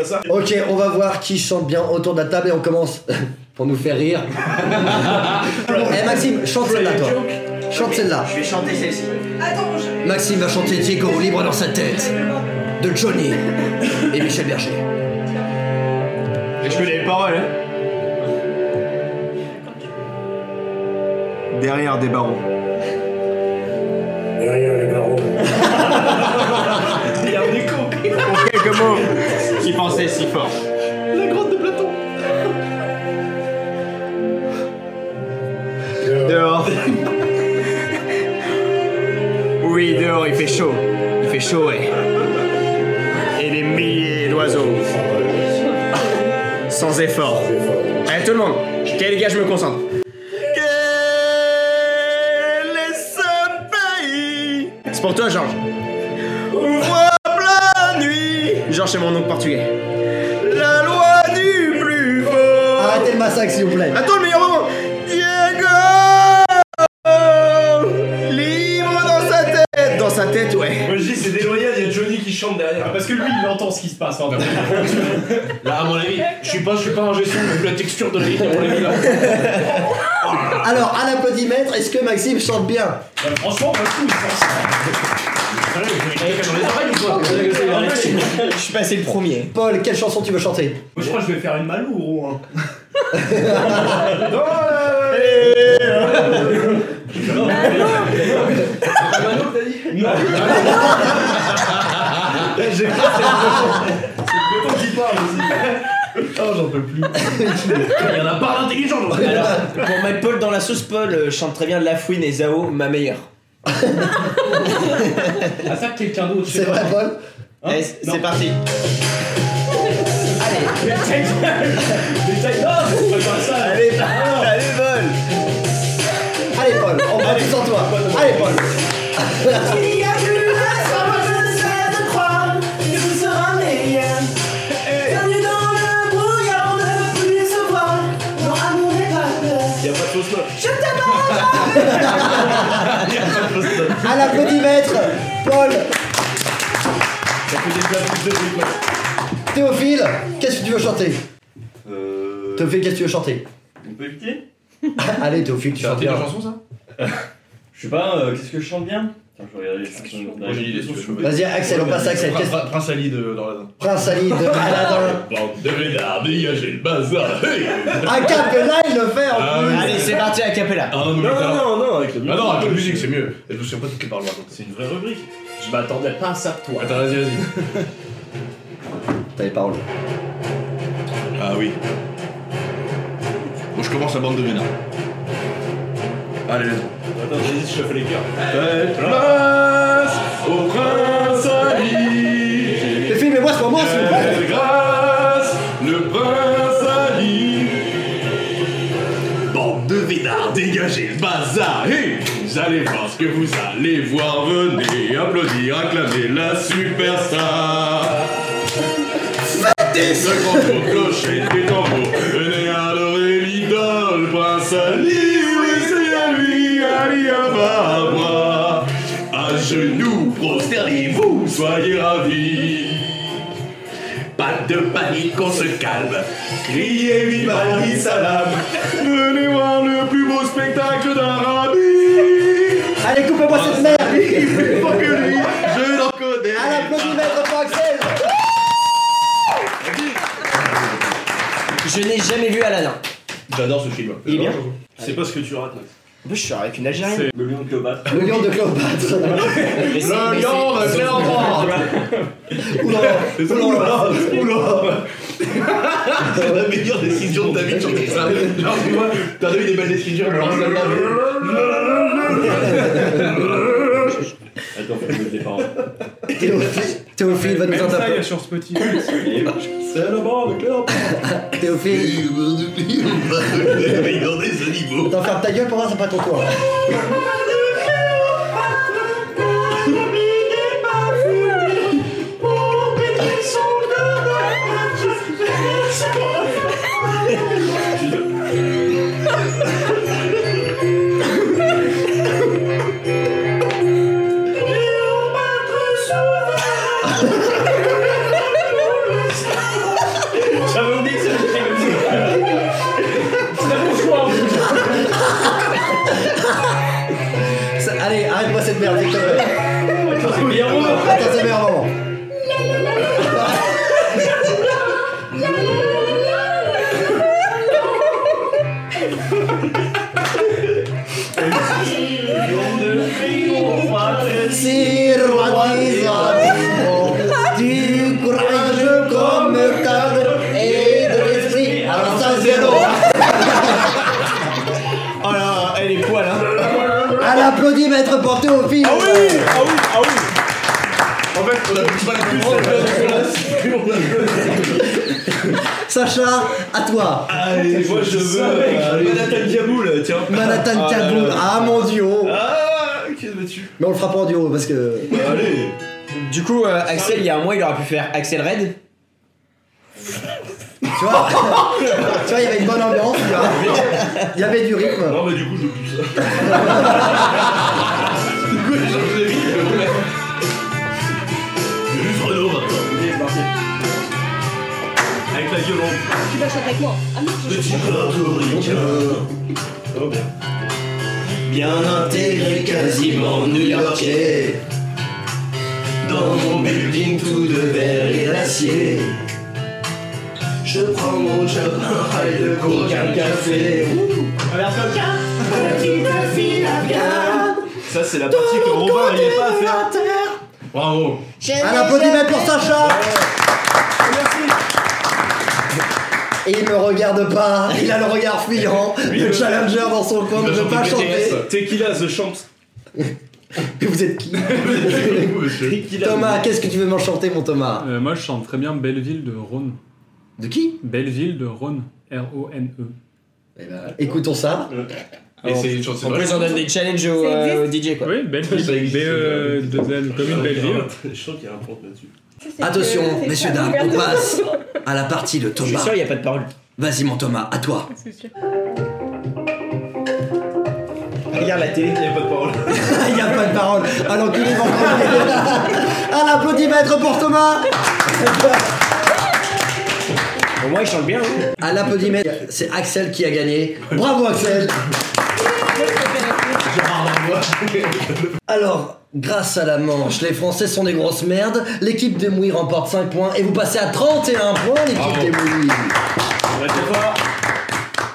[SPEAKER 9] pas ça.
[SPEAKER 2] Ok, on va voir qui chante bien autour de la table et on commence pour nous faire rire. Eh Maxime, chante celle-là toi. Chante celle-là.
[SPEAKER 6] vais chanter celle-ci.
[SPEAKER 5] Attends, je.
[SPEAKER 2] Maxime va chanter Diego libre dans sa tête de Johnny et Michel Berger.
[SPEAKER 8] Je connais les paroles. Hein. Derrière des barreaux. Derrière les barreaux. Il y a quelques mots qui pensaient si fort. Dehors. Oui, dehors, il fait chaud. Il fait chaud, ouais. Et des milliers d'oiseaux. Sans effort. Allez, tout le monde. Ok, les gars, je me concentre. Quel est ce pays C'est pour toi, Georges. Ouvre plein nuit. Georges, c'est mon oncle portugais. La loi du plus fort.
[SPEAKER 2] Arrêtez le massacre s'il vous plaît.
[SPEAKER 8] Attends le meilleur moment Diego Libre dans sa tête Dans sa tête, ouais.
[SPEAKER 9] Moi je dis, c'est déloyal, il y a Johnny qui chante derrière.
[SPEAKER 7] Parce que lui, il entend ce qui se passe. en fait.
[SPEAKER 4] Là, à mon avis, je suis pas, je suis pas un gestion, mais vu la texture de la ligne, à mon avis, là.
[SPEAKER 2] Alors, à l'applaudimètre, est-ce que Maxime chante bien
[SPEAKER 7] Bah, Franchement, pas tout, il pense.
[SPEAKER 6] Je suis passé le premier.
[SPEAKER 2] Paul, quelle chanson tu veux chanter
[SPEAKER 7] Moi, je crois que je vais faire une malou, gros. hein.
[SPEAKER 4] Il y en a pas d'intelligent, genre.
[SPEAKER 6] Alors, pour mettre Oh, Paul dans la sauce, Paul euh, chante très bien La Fouine et Zao, ma meilleure.
[SPEAKER 7] Ah, ça, quelqu'un d'autre. je sais
[SPEAKER 2] C'est
[SPEAKER 7] pas.
[SPEAKER 2] vrai, Paul
[SPEAKER 6] Allez, Eh, c'est c'est parti.
[SPEAKER 7] Mais ta gueule Mais ta gueule Non, faut pas faire ça
[SPEAKER 6] Allez, allez, Paul
[SPEAKER 2] Allez, Paul, on va plus en toi. Allez, Paul.
[SPEAKER 9] Y'a pas de fausse note.
[SPEAKER 2] À l'applaudimètre, Paul,
[SPEAKER 9] Ça fait déjà plus de bruit, quoi.
[SPEAKER 2] Théophile, qu'est-ce que tu veux chanter
[SPEAKER 8] Euh.
[SPEAKER 2] Théophile, qu'est-ce que tu veux chanter
[SPEAKER 8] On peut éviter
[SPEAKER 2] Allez, Théophile, tu chantes bien.
[SPEAKER 4] chanson, ça
[SPEAKER 8] Je sais pas, euh, qu'est-ce que je chante bien
[SPEAKER 7] Je vais regarder les chansons.
[SPEAKER 4] Moi, j'ai une idée, si tu veux.
[SPEAKER 2] Vas-y, Axel, on passe à Axel.
[SPEAKER 4] Prince-
[SPEAKER 2] Qu'est-ce-
[SPEAKER 4] Prince Ali de- dans la
[SPEAKER 2] Prince Ali de Aladdin.
[SPEAKER 4] Bande de ménards, dégagez le bazar. Hey
[SPEAKER 2] A cappella, il le fait en
[SPEAKER 9] Ah,
[SPEAKER 2] plus.
[SPEAKER 4] à Capella. Ah non, mais
[SPEAKER 9] Non,
[SPEAKER 4] putain.
[SPEAKER 9] non, non, avec la
[SPEAKER 4] Ah non, avec la
[SPEAKER 9] musique.
[SPEAKER 4] musique, c'est mieux. Et je me souviens pas de qui parle maintenant. C'est une vraie rubrique. Je m'attendais pas à ça de toi. Attends, vas-y, vas-y.
[SPEAKER 2] T'as les paroles.
[SPEAKER 4] Ah oui. Bon, je commence la bande de ménards. Allez, let's go.
[SPEAKER 7] Attends, j'hésite, je chauffe les cœurs.
[SPEAKER 4] Faites place au prince Ali.
[SPEAKER 2] Mais filmez-moi ce moment, s'il vous plaît.
[SPEAKER 4] Faites grâce, le prince Ali. Bande de védards, dégagez le bazar. Hey, vous allez voir ce que vous allez voir. Venez applaudir, acclamer la superstar. Faites Le grand tour clocher des tambours. Venez adorer l'idole, prince Ali. Oui, c'est à lui, Ali Ababa. À genoux, prosternez-vous, soyez ravis. Pas de panique, on se calme. Criez vive Ali Salam. Venez voir le plus beau spectacle d'Arabie.
[SPEAKER 2] Allez, coupez-moi cette merde.
[SPEAKER 4] Pas que lui, je l'en connais.
[SPEAKER 2] À l'applaudimètre pour Axel.
[SPEAKER 6] Je n'ai jamais vu Aladdin.
[SPEAKER 4] J'adore ce film.
[SPEAKER 6] Il est bien.
[SPEAKER 9] C'est pas ce que tu rates, Max.
[SPEAKER 6] En plus, je suis avec une Algérienne.
[SPEAKER 7] Le lion de Cléopâtre.
[SPEAKER 2] Le lion de Cléopâtre.
[SPEAKER 6] Mais c'est- mais
[SPEAKER 4] lion de Cléopâtre. Oula, oula, C'est la meilleure décision de ta vie, genre comme ça. Genre, tu vois, t'as eu des belles décisions, mais alors celle-là.
[SPEAKER 7] Attends, faut que je mette les paroles.
[SPEAKER 2] Théophile, Théophile va nous
[SPEAKER 3] Même ça, il y
[SPEAKER 2] interpréter.
[SPEAKER 3] a sur Spotify.
[SPEAKER 4] C'est le bord de Cléopâtre.
[SPEAKER 2] Théophile,
[SPEAKER 4] Le meilleur des animaux.
[SPEAKER 2] t'en fermes ta gueule pour moi, c'est pas ton tour.
[SPEAKER 7] J'avais oublié que c'était comme ça. C'est un bon choix. en fait.
[SPEAKER 2] Ça- Allez, arrête-moi cette merde. vite, euh,
[SPEAKER 7] Attends, c'est bien bon.
[SPEAKER 2] Attends, c'est le meilleur moment. Sirois des animaux, du courage comme cadre et de l'esprit à zéro.
[SPEAKER 6] Oh là, elle est poil, hein.
[SPEAKER 2] À l'applaudimètre porté au film.
[SPEAKER 6] Ah oui, ah oui.
[SPEAKER 4] En fait, on a plus mal à plus, c'est la
[SPEAKER 2] Sacha, à toi.
[SPEAKER 9] Allez, Ah, moi je veux. euh, Manhattan Diaboul, tiens.
[SPEAKER 2] Manhattan Kaboul. Ah mon duo.
[SPEAKER 9] Ah, qu'est-ce que tu.
[SPEAKER 2] Mais on le fera pas en duo parce que.
[SPEAKER 9] Allez.
[SPEAKER 6] Du coup, euh, Axel, il y a un mois, il aurait pu faire Axel Red.
[SPEAKER 2] Tu vois, tu vois, il y avait une bonne ambiance, tu vois. il y avait du rythme.
[SPEAKER 4] Ah bah,
[SPEAKER 9] Non, mais du coup, je plus ça.
[SPEAKER 4] Juste Renaud maintenant.
[SPEAKER 7] C'est parti.
[SPEAKER 9] Avec la violence.
[SPEAKER 11] Tu vas chanter avec moi. Ah non, je
[SPEAKER 4] Petit portoricain.
[SPEAKER 6] Bien
[SPEAKER 4] intégré quasiment new-yorkais.
[SPEAKER 6] Dans mon building, tout de verre et d'acier.
[SPEAKER 4] Je prends mon job, un rail de coke, un café.
[SPEAKER 9] Ça, c'est la partie que Robin n'arrivait pas à faire.
[SPEAKER 4] Bravo.
[SPEAKER 2] Un applaudissement pour Sacha Et il me regarde pas, il a le regard fuyant, le challenger dans son coin, ne
[SPEAKER 4] Il va
[SPEAKER 2] veut pas
[SPEAKER 4] chanter
[SPEAKER 2] chanter.
[SPEAKER 4] BTS.
[SPEAKER 9] Tequila The Champs.
[SPEAKER 2] Mais vous êtes qui
[SPEAKER 4] Vous, monsieur.
[SPEAKER 2] Thomas, qu'est-ce que tu veux m'en chanter, mon Thomas
[SPEAKER 3] Euh, moi, je chante très bien Belleville de Rhône.
[SPEAKER 2] De qui
[SPEAKER 3] Belleville de Rhône. R-O-N-E.
[SPEAKER 2] Eh
[SPEAKER 4] Euh,
[SPEAKER 2] ben, Écoutons ça.
[SPEAKER 4] Et c'est une chanson.
[SPEAKER 6] En plus, on donne des challenges au,
[SPEAKER 5] Ça
[SPEAKER 6] euh, au DJ, quoi.
[SPEAKER 3] Oui, Belleville.
[SPEAKER 4] Ça existe,
[SPEAKER 3] B-E-2-L, comme une Belleville.
[SPEAKER 9] Je sens qu'il y a un point là-dessus.
[SPEAKER 2] Attention, messieurs, dames, on passe à la partie de
[SPEAKER 6] Je suis
[SPEAKER 2] Thomas.
[SPEAKER 6] sûr, il n'y a pas de parole.
[SPEAKER 2] Vas-y, mon Thomas, à toi.
[SPEAKER 5] C'est sûr.
[SPEAKER 6] Regarde la télé.
[SPEAKER 9] Il n'y a pas de parole.
[SPEAKER 2] Il n'y a pas de parole. Ah, À l'enculé, va À l'applaudimètre pour Thomas
[SPEAKER 6] Au moins, il chante bien. hein.
[SPEAKER 2] À l'applaudimètre, c'est Axel qui a gagné. Bravo, Axel
[SPEAKER 4] Gérard Darbois.
[SPEAKER 2] Alors, grâce à la Manche, les Français sont des grosses merdes. L'équipe de Mouy remporte 5 points et vous passez à 31 points, l'équipe des Mouy.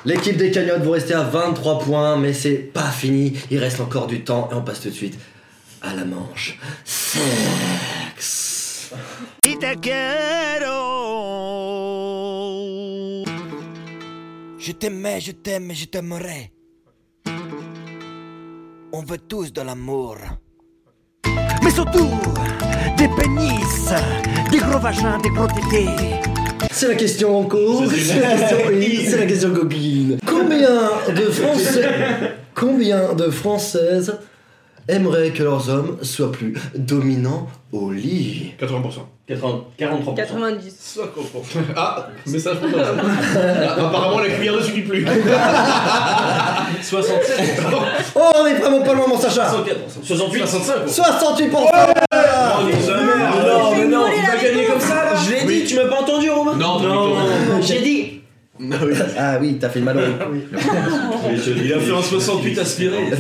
[SPEAKER 2] L'équipe des Cagnottes, vous restez à 23 points, mais c'est pas fini. Il reste encore du temps et on passe tout de suite à la Manche. Sexe.
[SPEAKER 10] Je t'aimais, je t'aime et je t'aimerai. On veut tous de l'amour. Mais surtout, des pénis, des gros vagins, des gros tétés.
[SPEAKER 2] C'est la question en cours.
[SPEAKER 10] Ça, c'est
[SPEAKER 2] C'est
[SPEAKER 10] la
[SPEAKER 2] la question, oui, c'est la question coquine. Combien de Français, combien de Françaises aimeraient que leurs hommes soient plus dominants au lit
[SPEAKER 4] 80%.
[SPEAKER 6] 80, 43%.
[SPEAKER 5] 90.
[SPEAKER 4] 50%. Ah, message pour toi. Ah, Apparemment, la cuillère ne suffit plus.
[SPEAKER 6] 67.
[SPEAKER 2] Oh, on est vraiment pas loin, mon Sacha
[SPEAKER 6] 68. 65.
[SPEAKER 2] 68
[SPEAKER 6] Non, mais non, tu vas gagner comme ça là Je l'ai dit, tu m'as pas entendu, Romain
[SPEAKER 4] Non,
[SPEAKER 6] non, j'ai dit
[SPEAKER 2] Ah oui, t'as fait le malheureux.
[SPEAKER 9] Il a fait un 68 aspiré.
[SPEAKER 2] Et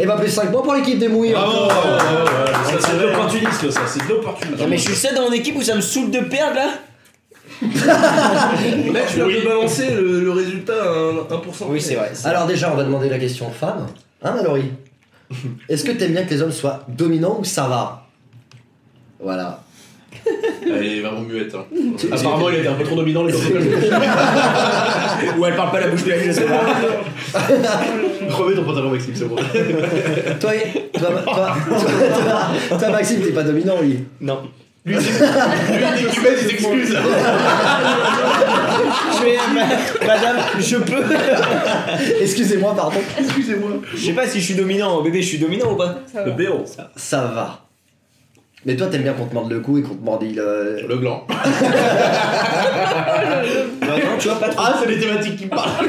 [SPEAKER 6] Eh,
[SPEAKER 2] bah, plus 5 points pour l'équipe des mouilles.
[SPEAKER 9] Bravo,
[SPEAKER 6] Ça, c'est de
[SPEAKER 9] l'opportunisme, ça, c'est de l'opportunisme.
[SPEAKER 6] mais je suis seul dans mon équipe où ça me saoule de perdre là
[SPEAKER 9] Là, tu viens de balancer le, le résultat à un- 1%.
[SPEAKER 6] Oui, c'est vrai.
[SPEAKER 2] Alors, déjà, on va demander la question femme. Hein, Mallory Est-ce que t'aimes bien que les hommes soient dominants ou ça va Voilà.
[SPEAKER 4] Elle est vraiment muette. hein. Apparemment, il était un peu trop dominant les autres.
[SPEAKER 6] Ou elle parle pas la bouche pleine, je sais pas.
[SPEAKER 4] Remets ton pantalon, Maxime, c'est bon.
[SPEAKER 2] Toi, toi, toi, toi, toi, toi, Maxime, t'es pas dominant, lui.
[SPEAKER 6] Non.
[SPEAKER 4] Lui, il est il est des excuses.
[SPEAKER 6] Je vais, ma- madame, je peux.
[SPEAKER 2] Excusez-moi, pardon.
[SPEAKER 4] Excusez-moi.
[SPEAKER 6] Je sais pas si je suis dominant, bébé, je suis dominant ou pas
[SPEAKER 5] Ça va.
[SPEAKER 6] béro.
[SPEAKER 2] Ça va. Mais toi, t'aimes bien qu'on te morde le cou et qu'on te morde le...
[SPEAKER 4] le gland.
[SPEAKER 2] Bah,
[SPEAKER 6] non, tu vois pas trop.
[SPEAKER 4] Ah, c'est les thématiques qui me parlent.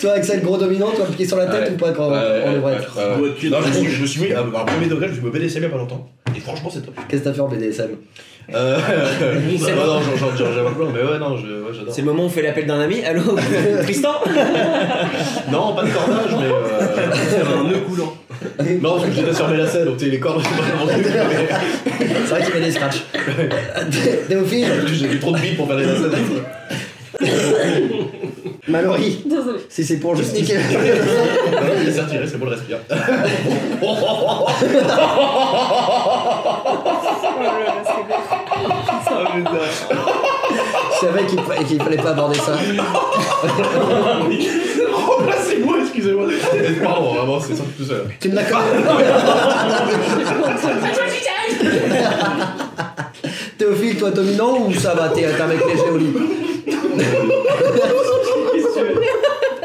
[SPEAKER 2] Toi, avec cette gros dominant, toi, piqué sur la tête ou pas quand on le voit être
[SPEAKER 4] Euh, non, je, me suis- je me suis mis à un premier degré, je me suis mis au BDSM il y a pas longtemps. Et franchement, c'est top.
[SPEAKER 2] Qu'est-ce que t'as fait en BDSM
[SPEAKER 4] Euh,
[SPEAKER 6] C'est
[SPEAKER 4] non,
[SPEAKER 6] bon.
[SPEAKER 4] non, j'en- j'en j'en- j'en vois plein, mais ouais, non, je- ouais, j'adore.
[SPEAKER 6] C'est le moment où on fait l'appel d'un ami. Allô Tristan
[SPEAKER 4] Non, pas de cordage, mais. Euh...
[SPEAKER 9] un nœud coulant.
[SPEAKER 4] Non, parce que j'étais sur mes lacets, donc tu sais, les cordes, c'est pas vraiment truc, mais-
[SPEAKER 2] C'est vrai qu'il met des scratchs. Théophile,
[SPEAKER 4] J'ai eu trop de billes pour faire les lacets.
[SPEAKER 2] Mallory, si c'est pour justifier.
[SPEAKER 4] Non, il est retiré, Bah, c'est bon, le respire.
[SPEAKER 2] Je savais qu'il fa- qu'il fallait pas aborder ça.
[SPEAKER 4] Remplacez-moi, excusez-moi. Pardon, vraiment, c'est sorti tout seul.
[SPEAKER 2] Tu me l'accordes Théophile, toi, dominant ou ça va T'es t'es un mec léger au lit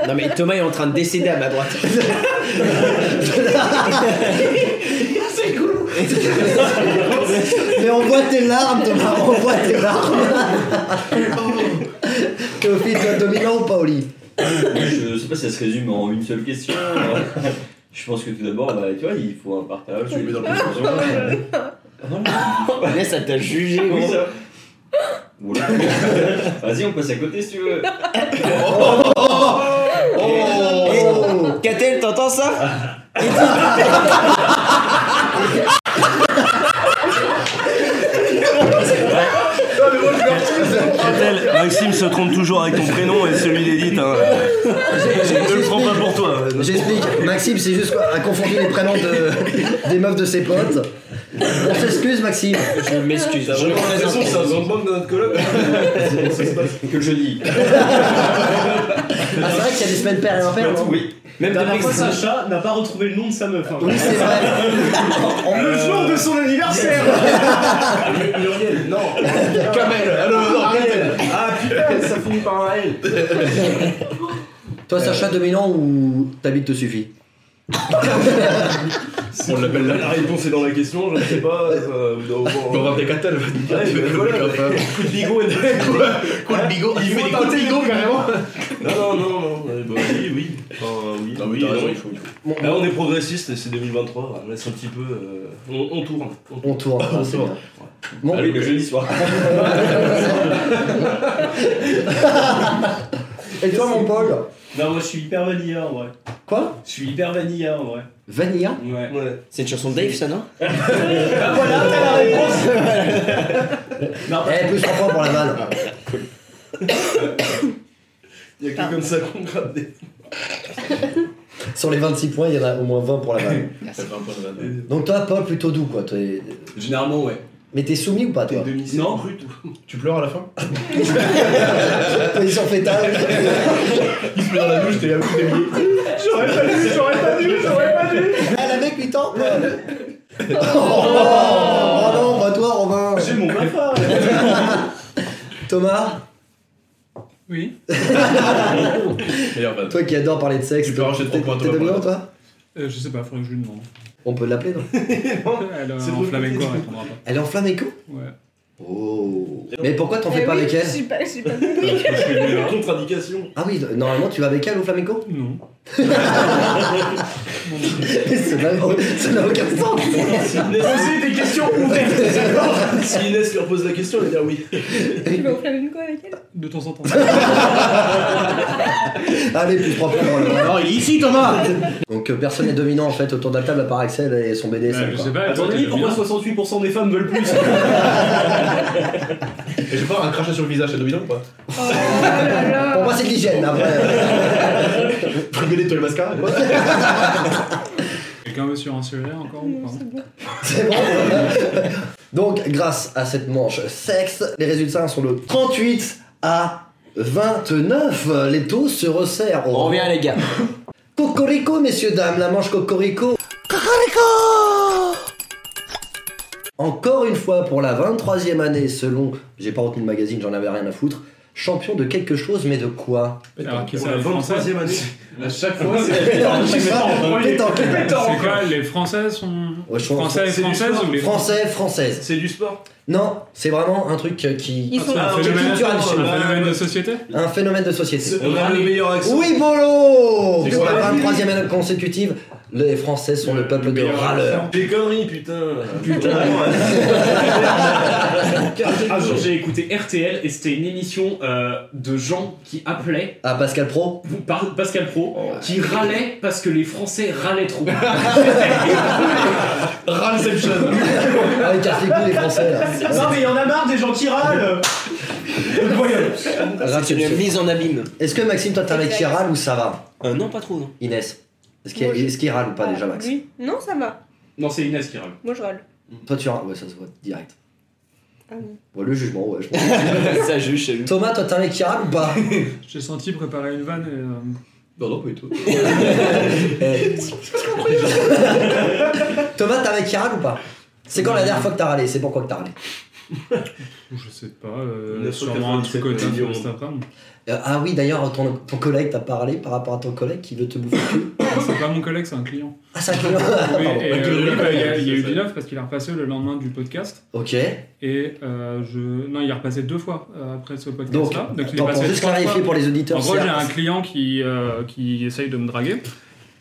[SPEAKER 6] Non mais Thomas est en train de décéder à ma droite.
[SPEAKER 2] Mais on voit tes larmes, Thomas, on voit tes larmes.
[SPEAKER 6] Oh.
[SPEAKER 2] Théophile, toi, dominant ou pas au lit
[SPEAKER 12] je sais pas si ça se résume en une seule question. Je pense que tout d'abord, bah, tu vois, il faut un partage. Tu le mets dans le plus
[SPEAKER 6] Mais ça t'a jugé,
[SPEAKER 12] Oui,
[SPEAKER 6] gros.
[SPEAKER 12] ça. Oula. Vas-y, on passe à côté si tu veux.
[SPEAKER 2] Oh.
[SPEAKER 6] Eh, Catel, t'entends ça
[SPEAKER 8] Catel, Maxime se trompe toujours avec ton prénom et celui d'Edith. Hein. Ne le prends pas pour toi.
[SPEAKER 2] J'explique, Maxime, c'est juste quoi, a confondu les prénoms de- des meufs de ses potes. On s'excuse, Maxime. Ah,
[SPEAKER 6] Je m'excuse.
[SPEAKER 9] J'ai l'impression que c'est un zambang de notre colloque.
[SPEAKER 12] Que je dis.
[SPEAKER 2] Ah, c'est vrai qu'il y a des semaines paires et impaires, non
[SPEAKER 12] Oui.
[SPEAKER 6] Même
[SPEAKER 7] Dernière
[SPEAKER 6] depuis
[SPEAKER 7] fois,
[SPEAKER 6] que ça-
[SPEAKER 7] Sacha n'a pas retrouvé le nom de sa meuf. hein.
[SPEAKER 2] Oui, c'est vrai.
[SPEAKER 7] Le
[SPEAKER 6] Euh,
[SPEAKER 7] jour de son anniversaire
[SPEAKER 9] Muriel, non.
[SPEAKER 4] Kamel, ah non, non, Kamel.
[SPEAKER 9] Ariel. Ah putain, ça finit par un L.
[SPEAKER 2] Toi, Sacha, dominant ou ta bite te suffit
[SPEAKER 4] On l'appelle
[SPEAKER 9] Là,
[SPEAKER 4] là.
[SPEAKER 9] la réponse est dans la question, je ne sais pas. ça- au- au-
[SPEAKER 4] On va appeler Catel.
[SPEAKER 9] Ouais, mais voilà, coup de bigot et de.
[SPEAKER 4] Coup de bigot, il fait des coups de bigot carrément.
[SPEAKER 9] Non, non, non, non. euh, bah oui, oui. Enfin, oui.
[SPEAKER 4] Ah oui,
[SPEAKER 9] t'as
[SPEAKER 4] non,
[SPEAKER 9] raison.
[SPEAKER 4] il faut. il faut.
[SPEAKER 9] Là, on est progressiste et c'est 2023. On laisse un petit peu. euh, on, on tourne. On tourne.
[SPEAKER 2] On tourne.
[SPEAKER 4] On
[SPEAKER 2] hein, c'est
[SPEAKER 4] tourne.
[SPEAKER 2] bien. Bon,
[SPEAKER 12] Allez, le jeudi soir.
[SPEAKER 2] et toi, mon Paul
[SPEAKER 7] Non, moi je suis hyper vanilla en vrai.
[SPEAKER 2] Quoi
[SPEAKER 7] Je suis hyper vanilla en vrai.
[SPEAKER 2] Vanilla
[SPEAKER 7] Ouais.
[SPEAKER 6] C'est une chanson de Dave, ça, non
[SPEAKER 7] Bah voilà, t'as la réponse
[SPEAKER 2] Non, eh, plus 3 points pour la balle.
[SPEAKER 4] Il y a que comme ça qu'on gratte des.
[SPEAKER 2] Sur les 26 points, il y en a au moins 20 pour la balle.
[SPEAKER 4] Ça fait un point de vanne.
[SPEAKER 2] Donc toi, Paul, plutôt doux, quoi.
[SPEAKER 7] Généralement, ouais.
[SPEAKER 2] Mais t'es soumis ou pas, toi
[SPEAKER 7] Non,
[SPEAKER 4] Tu pleures à la fin
[SPEAKER 2] Position fétale.
[SPEAKER 4] Il se met dans la douche, t'es à bout d'éveiller.
[SPEAKER 1] J'aurais pas dû, j'aurais pas dû, j'aurais pas dû.
[SPEAKER 2] Elle avait 8 ans, Paul. Oh non, bah toi, Romain.
[SPEAKER 7] J'ai mon bafard.
[SPEAKER 2] Thomas
[SPEAKER 3] Oui.
[SPEAKER 2] toi qui adore parler de sexe, tu peux ranger 3 points, T'es dominant, toi
[SPEAKER 3] Euh, je sais pas, faudrait que je lui demande.
[SPEAKER 2] On peut l'appeler, non
[SPEAKER 3] Elle euh, en flamenco, elle répondra pas.
[SPEAKER 2] Elle est en flamenco
[SPEAKER 3] Ouais.
[SPEAKER 2] Oh. Mais pourquoi t'en fais pas avec
[SPEAKER 5] Eh Je
[SPEAKER 2] elle
[SPEAKER 5] suis pas, je suis pas
[SPEAKER 4] Contre-indication.
[SPEAKER 2] Ah oui, normalement, tu vas avec elle au flamenco
[SPEAKER 3] Non.
[SPEAKER 2] Ça n'a ça n'a aucun sens.
[SPEAKER 4] des questions ouvertes, d'accord Si Inès leur pose la question, elle va dire oui.
[SPEAKER 5] Tu vas au flamenco avec elle
[SPEAKER 3] De temps en temps.
[SPEAKER 2] Ah, Allez, plus 3 points. pour le-
[SPEAKER 3] Alors, il est ici,
[SPEAKER 2] Thomas Donc, euh, personne n'est dominant en fait autour de la table à part Axel et son BDSM.
[SPEAKER 3] Ouais, Ah, je
[SPEAKER 2] quoi.
[SPEAKER 3] sais pas.
[SPEAKER 7] Attendez, pourquoi 68% des femmes veulent plus
[SPEAKER 4] Et je vais pas un crachat sur le visage, c'est dominant ou pas
[SPEAKER 5] Oh
[SPEAKER 2] Pour moi, c'est de l'hygiène après.
[SPEAKER 4] Faut gueuler, toi le mascara quoi
[SPEAKER 3] Quelqu'un veut sur un sujet encore ou pas
[SPEAKER 2] C'est bon. Donc, grâce à cette manche sexe, les résultats sont de 38 à 29. Les taux se resserrent. On revient,
[SPEAKER 6] les gars.
[SPEAKER 2] Cocorico, messieurs, dames, la manche Cocorico. Encore une fois, pour la 23e année, selon. J'ai pas retenu le magazine, j'en avais rien à foutre. Champion de quelque chose, mais de quoi
[SPEAKER 3] Alors, qui
[SPEAKER 4] Pour
[SPEAKER 3] ça,
[SPEAKER 4] la
[SPEAKER 3] les Français
[SPEAKER 4] 23ème année. À chaque fois, c'est
[SPEAKER 2] Pétanque, je sais pas. Pétanque.
[SPEAKER 3] C'est quoi Les Français sont.
[SPEAKER 2] Ouais, je pense-
[SPEAKER 3] Français et
[SPEAKER 2] c'est du
[SPEAKER 3] Françaises
[SPEAKER 2] sport.
[SPEAKER 3] ou les
[SPEAKER 2] Français, françaises.
[SPEAKER 4] C'est du sport
[SPEAKER 2] Non, c'est vraiment un truc euh, qui.
[SPEAKER 5] Ils sont-
[SPEAKER 3] C'est un
[SPEAKER 2] qui est
[SPEAKER 3] phénomène,
[SPEAKER 2] culturel chez nous.
[SPEAKER 3] un phénomène de société
[SPEAKER 2] Un phénomène de société.
[SPEAKER 4] On a le meilleur accent.
[SPEAKER 2] Oui, Bolo
[SPEAKER 4] C'est
[SPEAKER 2] Pour
[SPEAKER 4] quoi,
[SPEAKER 2] la
[SPEAKER 4] la
[SPEAKER 2] 23e année consécutive, les Français sont le peuple de
[SPEAKER 4] meilleur
[SPEAKER 2] râleurs.
[SPEAKER 4] Des conneries, putain
[SPEAKER 9] hein.
[SPEAKER 7] Un jour, j'ai écouté RTL et c'était une émission euh, de gens qui appelaient
[SPEAKER 2] Ah, Pascal Pro
[SPEAKER 7] par- Pascal Pro qui râlaient parce que les Français râlaient trop.
[SPEAKER 4] Ralception
[SPEAKER 2] Ah, ils cassent les couilles, les Français, là.
[SPEAKER 7] non, mais il y en a marre des gens qui râlent
[SPEAKER 6] Ah, C'est une mise en abîme.
[SPEAKER 2] Est-ce que Maxime, toi, t'es un mec qui râle ou ça va
[SPEAKER 6] Euh, non, pas trop, non.
[SPEAKER 2] Inès Est-ce qu'il est-ce qu'il râle ou
[SPEAKER 5] Ah,
[SPEAKER 2] pas déjà, Max
[SPEAKER 5] Lui Non, ça va.
[SPEAKER 7] Non, c'est Inès qui râle.
[SPEAKER 5] Moi, je râle.
[SPEAKER 2] Toi, tu râles Ouais, ça se voit direct.
[SPEAKER 5] Ah oui.
[SPEAKER 2] Ouais, le jugement, ouais, je pense.
[SPEAKER 6] ça juge, ça juge.
[SPEAKER 2] Thomas, toi, t'es un mec qui râle ou pas
[SPEAKER 3] J'ai senti préparer une vanne et. euh,
[SPEAKER 4] Non, non, pas du tout.
[SPEAKER 2] Thomas, t'es un mec qui râle ou pas C'est quand la dernière fois que t'as râlé C'est pourquoi que t'as râlé
[SPEAKER 3] Je sais pas, euh,
[SPEAKER 4] 997
[SPEAKER 3] sûrement un truc au taf
[SPEAKER 4] millions.
[SPEAKER 3] cet après-midi.
[SPEAKER 2] Euh, Ah oui, d'ailleurs, ton, ton collègue t'a parlé par rapport à ton collègue qui veut te bouffer le cul.
[SPEAKER 3] C'est pas mon collègue, c'est un client.
[SPEAKER 2] Ah, ça client
[SPEAKER 3] Oui,
[SPEAKER 2] Pardon.
[SPEAKER 3] et, euh,
[SPEAKER 4] Pardon.
[SPEAKER 3] oui, bah, il y a- il y a eu
[SPEAKER 4] Ça,
[SPEAKER 3] du
[SPEAKER 4] ça.
[SPEAKER 3] neuf parce qu'il a repassé le lendemain du podcast.
[SPEAKER 2] Ok.
[SPEAKER 3] Et euh, je. Non, il est repassé deux fois euh, après ce podcast-là.
[SPEAKER 2] Donc,
[SPEAKER 3] il est
[SPEAKER 2] attends,
[SPEAKER 3] passé
[SPEAKER 2] pour juste
[SPEAKER 3] trois
[SPEAKER 2] clarifier
[SPEAKER 3] fois.
[SPEAKER 2] pour les auditeurs,
[SPEAKER 3] En gros,
[SPEAKER 2] c'est-
[SPEAKER 3] j'ai un client qui, euh, qui essaye de me draguer.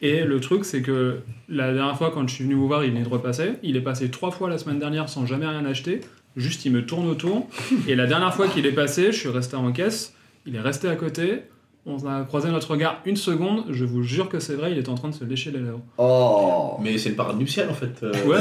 [SPEAKER 3] Et le truc, c'est que la dernière fois, quand je suis venu vous voir, il venait de repasser. Il est passé trois fois la semaine dernière sans jamais rien acheter. Juste, il me tourne autour. Et la dernière fois qu'il est passé, je suis resté en caisse. Il est resté à côté. On a croisé notre regard une seconde. Je vous jure que c'est vrai, il est en train de se lécher les lèvres.
[SPEAKER 2] Oh
[SPEAKER 4] Mais c'est le parade nuptial en fait. euh,
[SPEAKER 3] Ouais, ouais,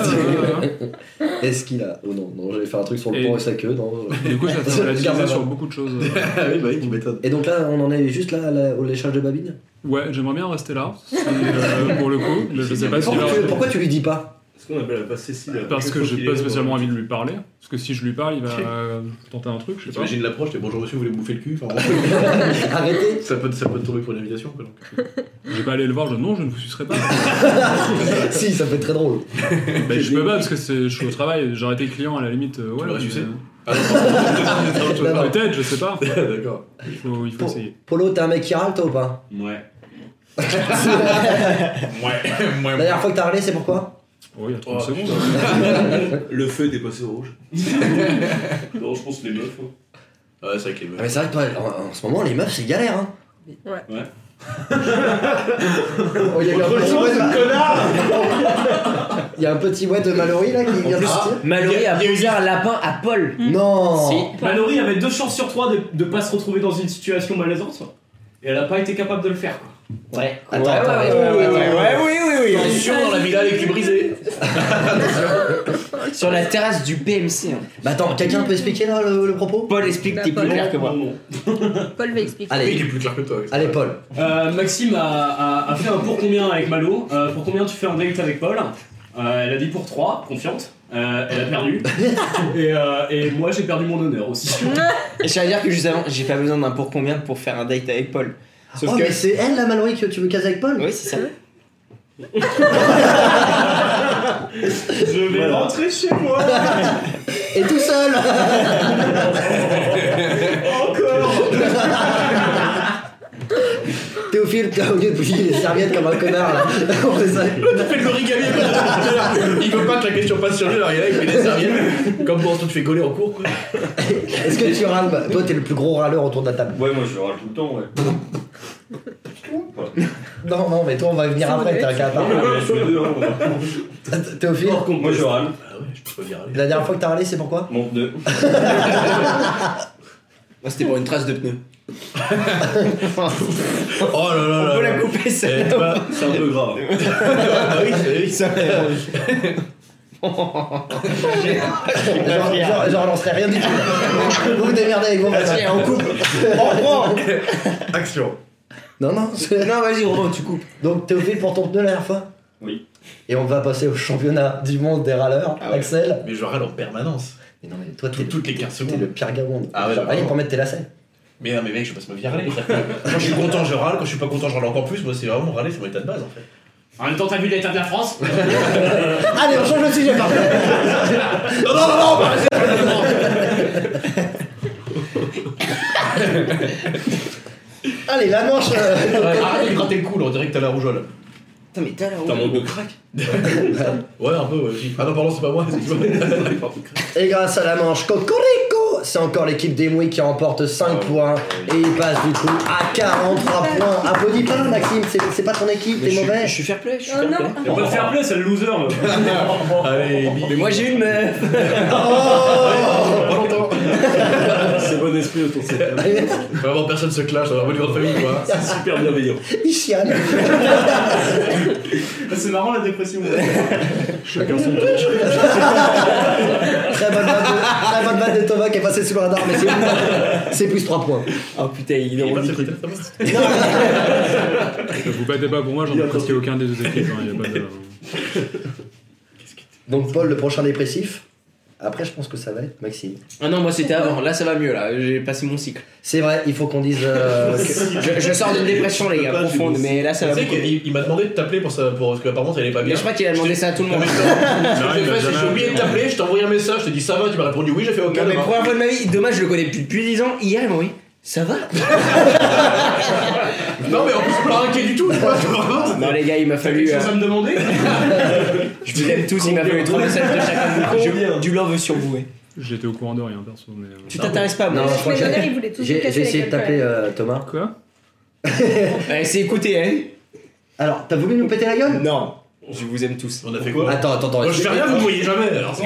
[SPEAKER 3] ouais, ouais.
[SPEAKER 2] Est-ce qu'il a. Oh non, non, j'allais faire un truc sur le
[SPEAKER 3] Et-
[SPEAKER 2] pont et sa queue, non
[SPEAKER 3] Du coup, j'ai
[SPEAKER 2] Je
[SPEAKER 3] la
[SPEAKER 2] regarde
[SPEAKER 3] l'utiliser
[SPEAKER 2] avant.
[SPEAKER 3] sur beaucoup de choses.
[SPEAKER 4] Ah oui, bah oui, tu m'étonnes.
[SPEAKER 2] Et donc là, on en est juste là, là, au léchage de babine
[SPEAKER 3] Ouais, j'aimerais bien rester là, c'est, euh, pour le coup, mais je sais pas si
[SPEAKER 2] pourquoi,
[SPEAKER 3] là-
[SPEAKER 2] tu, pourquoi tu lui dis pas
[SPEAKER 9] Ce qu'on appelle la passe Cécile. euh,
[SPEAKER 3] Parce que j'ai pas spécialement envie de lui parler, parce que si je lui parle, il va euh, tenter un truc, je sais pas.
[SPEAKER 4] T'imagines l'approche, t'es bonjour monsieur, vous voulez me bouffer le cul enfin,
[SPEAKER 2] Arrêtez
[SPEAKER 4] ça, peut, ça peut te tomber pour une invitation quoi. donc.
[SPEAKER 3] Je vais pas aller le voir, je non, je ne vous sucerai pas.
[SPEAKER 2] Si, ça peut être très drôle.
[SPEAKER 3] Mais je peux pas, parce que c'est- je suis au travail, j'aurais été client à la limite, euh, ouais.
[SPEAKER 4] l'aurais
[SPEAKER 3] mais-
[SPEAKER 4] sucé
[SPEAKER 2] Non, non.
[SPEAKER 3] Peut-être, je sais pas,
[SPEAKER 4] D'accord.
[SPEAKER 3] il faut, il faut
[SPEAKER 2] Pour-
[SPEAKER 3] essayer.
[SPEAKER 2] Polo, t'es un mec qui râle, toi ou pas
[SPEAKER 7] Ouais.
[SPEAKER 2] La dernière fois que t'as râlé, c'est pourquoi
[SPEAKER 3] Oh, il y a 30
[SPEAKER 9] Oh,
[SPEAKER 3] secondes.
[SPEAKER 9] Le feu est passé au rouge.
[SPEAKER 12] Non, je pense que les meufs. hein.
[SPEAKER 4] Ouais, c'est vrai qu'il est
[SPEAKER 2] ah, mais c'est vrai que toi, en, en ce moment, les meufs, c'est galère, hein Oh, il y a eu un petit ouais de- il y a un petit ouais de Mallory là qui vient de sortir
[SPEAKER 6] Mallory a posé un lapin à Paul.
[SPEAKER 2] Non
[SPEAKER 6] Si.
[SPEAKER 7] Mallory avait deux chances sur trois de, de pas se retrouver dans une situation malaisante et elle a pas été capable de le faire. quoi.
[SPEAKER 6] Ouais.
[SPEAKER 2] Attends,
[SPEAKER 6] Ouais,
[SPEAKER 2] attends,
[SPEAKER 6] Ah, ouais,
[SPEAKER 2] attends,
[SPEAKER 6] ouais,
[SPEAKER 2] attends,
[SPEAKER 6] ouais,
[SPEAKER 2] attends.
[SPEAKER 6] ouais, oui, oui, oui.
[SPEAKER 4] Attention, dans la villa, les culs brisés.
[SPEAKER 6] Sur la terrasse du PMC.
[SPEAKER 2] Bah attends, quelqu'un peut expliquer là le, propos
[SPEAKER 6] hein. Paul explique,
[SPEAKER 11] Bah,
[SPEAKER 6] t'es plus
[SPEAKER 11] Paul.
[SPEAKER 6] clair que moi.
[SPEAKER 11] Paul va expliquer.
[SPEAKER 4] plus clair que toi.
[SPEAKER 2] Allez, Paul.
[SPEAKER 7] Euh, Maxime a, a- a fait un pour combien avec Malo Euh, Pour combien tu fais un date avec Paul Euh, Elle a dit pour 3, confiante. Euh, elle a perdu. et, euh, et moi j'ai perdu mon honneur aussi.
[SPEAKER 6] Et je à dire que juste avant, j'ai pas besoin d'un pour combien pour faire un date avec Paul. Sauf
[SPEAKER 2] oh,
[SPEAKER 6] que.
[SPEAKER 2] mais c'est elle la Mallory que tu veux caser avec Paul
[SPEAKER 6] Oui, c'est ça.
[SPEAKER 1] Je vais rentrer chez moi.
[SPEAKER 2] Et tout seul
[SPEAKER 1] Encore
[SPEAKER 2] Théophile, t'as- au lieu de plier les serviettes comme un connard là, on fait ça.
[SPEAKER 4] T'as fait de l'origami Il veut pas que la question passe sur lui, alors il est là, il fait des serviettes. Comme quand on te fait gauler en cours, quoi.
[SPEAKER 2] Est-ce que tu râles bah, Toi, t'es le plus gros râleur autour de la table.
[SPEAKER 12] Ouais, moi je râle tout le temps, ouais.
[SPEAKER 4] Bah,
[SPEAKER 2] Non, non, mais toi, on va venir après, t'as qu'à
[SPEAKER 12] Ouais,
[SPEAKER 2] parler.
[SPEAKER 12] mais tous les deux, hein, voilà.
[SPEAKER 2] Théophile
[SPEAKER 12] Moi je râle.
[SPEAKER 2] La dernière fois que t'as râlé, c'est pourquoi
[SPEAKER 12] Mon pneu.
[SPEAKER 6] Moi, c'était pour une trace de pneu.
[SPEAKER 4] Oh là là là.
[SPEAKER 6] On peut la couper,
[SPEAKER 4] Eh,
[SPEAKER 6] celle-là.
[SPEAKER 4] toi, C'est un peu grave.
[SPEAKER 7] hein.
[SPEAKER 4] Ah oui, c'est oui, ça.
[SPEAKER 2] Genre, genre, genre, j'en serais rien du tout. Vous vous démerdez avec vos
[SPEAKER 6] Vas-y, on coupe.
[SPEAKER 2] On prend
[SPEAKER 4] Action.
[SPEAKER 2] Non, non, c'est-
[SPEAKER 6] Non, vas-y, Romain, tu coupes.
[SPEAKER 2] Donc, Théophile pour ton pneu la dernière fois
[SPEAKER 12] Oui.
[SPEAKER 2] Et on va passer au championnat du monde des râleurs,
[SPEAKER 4] Ah ouais.
[SPEAKER 2] Axel.
[SPEAKER 4] Mais je râle en permanence.
[SPEAKER 2] Mais non, mais toi, t'es
[SPEAKER 4] toutes les 15
[SPEAKER 2] T'es
[SPEAKER 4] secondes.
[SPEAKER 2] le pire gars au monde.
[SPEAKER 4] Ah ouais,
[SPEAKER 2] Genre, allez,
[SPEAKER 4] vraiment.
[SPEAKER 2] pour mettre tes lacets.
[SPEAKER 4] Mais non, mais mec, je passe ma vie à râler. C'est-à-dire que Quand je suis content, je râle. Quand je suis pas content, je râle encore plus. Moi, c'est vraiment râler, c'est mon état de base en fait.
[SPEAKER 7] En même temps, t'as vu l'état de la France
[SPEAKER 2] Allez, on change de sujet, parfait.
[SPEAKER 4] Non, non, non, non, bah, c'est-
[SPEAKER 2] Allez, la manche euh,
[SPEAKER 4] Arrêtez de gratter le cou, là, on dirait que t'as la rougeole.
[SPEAKER 6] Putain, mais t'as la roue.
[SPEAKER 4] manque de crack Ouais, un peu, ouais. aussi. Ah non, pardon, c'est pas moi, c'est toi.
[SPEAKER 2] Et grâce à la manche Cocorico, c'est encore l'équipe d'Emouy qui remporte 5 points et il passe du coup à 43 points. Applaudis pas Maxime, c'est c'est pas ton équipe,
[SPEAKER 6] Mais
[SPEAKER 2] t'es
[SPEAKER 6] je suis-
[SPEAKER 2] mauvais.
[SPEAKER 6] Je suis fair play, je suis
[SPEAKER 11] Oh
[SPEAKER 6] fair
[SPEAKER 11] non.
[SPEAKER 6] play.
[SPEAKER 7] On peut faire plus, c'est le loser. là.
[SPEAKER 4] Allez,
[SPEAKER 6] Mais moi, j'ai une meuf.
[SPEAKER 4] Pas longtemps.
[SPEAKER 9] C'est bon esprit autour de cette table.
[SPEAKER 4] Vraiment, personne se clash dans la bonne grande famille, quoi.
[SPEAKER 9] C'est super bienveillant.
[SPEAKER 2] Il chiale.
[SPEAKER 7] C'est marrant la dépression.
[SPEAKER 9] Chacun son tour.
[SPEAKER 2] Très bonne batte de, très bonne batte de Thomas qui est passée sous le radar, mais c'est- c'est plus 3 points.
[SPEAKER 6] Oh putain, il est
[SPEAKER 4] Il est passé
[SPEAKER 6] ridicule.
[SPEAKER 4] peut-être, Thomas
[SPEAKER 3] hein. Vous battez pas pour moi, j'en ai presque aucun des deux équipes. hein, y a pas de-
[SPEAKER 2] Donc Paul, le prochain dépressif. Après, je pense que ça va être Maxime.
[SPEAKER 6] Ah non, moi, c'était avant. Là, ça va mieux, là. J'ai passé mon cycle.
[SPEAKER 2] C'est vrai, il faut qu'on dise. euh, que-
[SPEAKER 6] Je, je sors d'une dépression, les gars,
[SPEAKER 9] Pas du
[SPEAKER 6] profonde,
[SPEAKER 9] tout.
[SPEAKER 6] mais là, ça va
[SPEAKER 4] Tu sais
[SPEAKER 6] beaucoup. mieux.
[SPEAKER 4] qu'il il m'a demandé de t'appeler pour ça, pour, parce qu'apparemment ça allait pas bien.
[SPEAKER 6] Mais je crois qu'il a demandé ça à tout le monde.
[SPEAKER 4] Ce que
[SPEAKER 3] Non,
[SPEAKER 4] j'ai
[SPEAKER 3] il m'a
[SPEAKER 4] fait, c'est que j'ai
[SPEAKER 3] jamais-
[SPEAKER 4] oublié de t'appeler, je t'ai envoyé un message, je t'ai dit ça va, tu m'as répondu oui, j'ai fait ok.
[SPEAKER 6] Non, mais
[SPEAKER 4] demain.
[SPEAKER 6] première fois de ma vie, dommage, je le connais depuis, depuis 10 ans. Hier, il m'a dit Ça va
[SPEAKER 4] Non, mais en plus, c'est pas inquiet du tout, je pense que vraiment.
[SPEAKER 6] Non, les gars, il m'a fallu.
[SPEAKER 7] Ça
[SPEAKER 6] euh,
[SPEAKER 7] me demander
[SPEAKER 6] je vous aime tous, il m'a fallu 3 messages de chacun de vous. Je- Du love sur vous, ouais.
[SPEAKER 3] J'étais au courant de rien, perso. Mais... euh,
[SPEAKER 6] Tu t'intéresses pas, moi.
[SPEAKER 2] Non, je crois que
[SPEAKER 5] Mais Jonah,
[SPEAKER 2] j'ai-
[SPEAKER 5] il voulait tous vous
[SPEAKER 2] j'ai
[SPEAKER 5] casser
[SPEAKER 2] j'ai
[SPEAKER 5] la
[SPEAKER 2] essayé de
[SPEAKER 5] gueule, quand
[SPEAKER 2] t'appeler
[SPEAKER 5] même.
[SPEAKER 2] euh, Thomas.
[SPEAKER 3] Quoi
[SPEAKER 6] Ouais, c'est écouté, hein
[SPEAKER 2] Alors, t'as voulu nous péter la gueule
[SPEAKER 6] Non. Je vous aime tous.
[SPEAKER 4] On a fait quoi
[SPEAKER 2] Attends, attends, attends.
[SPEAKER 4] Moi je fais rien, vous me voyez jamais, alors c'est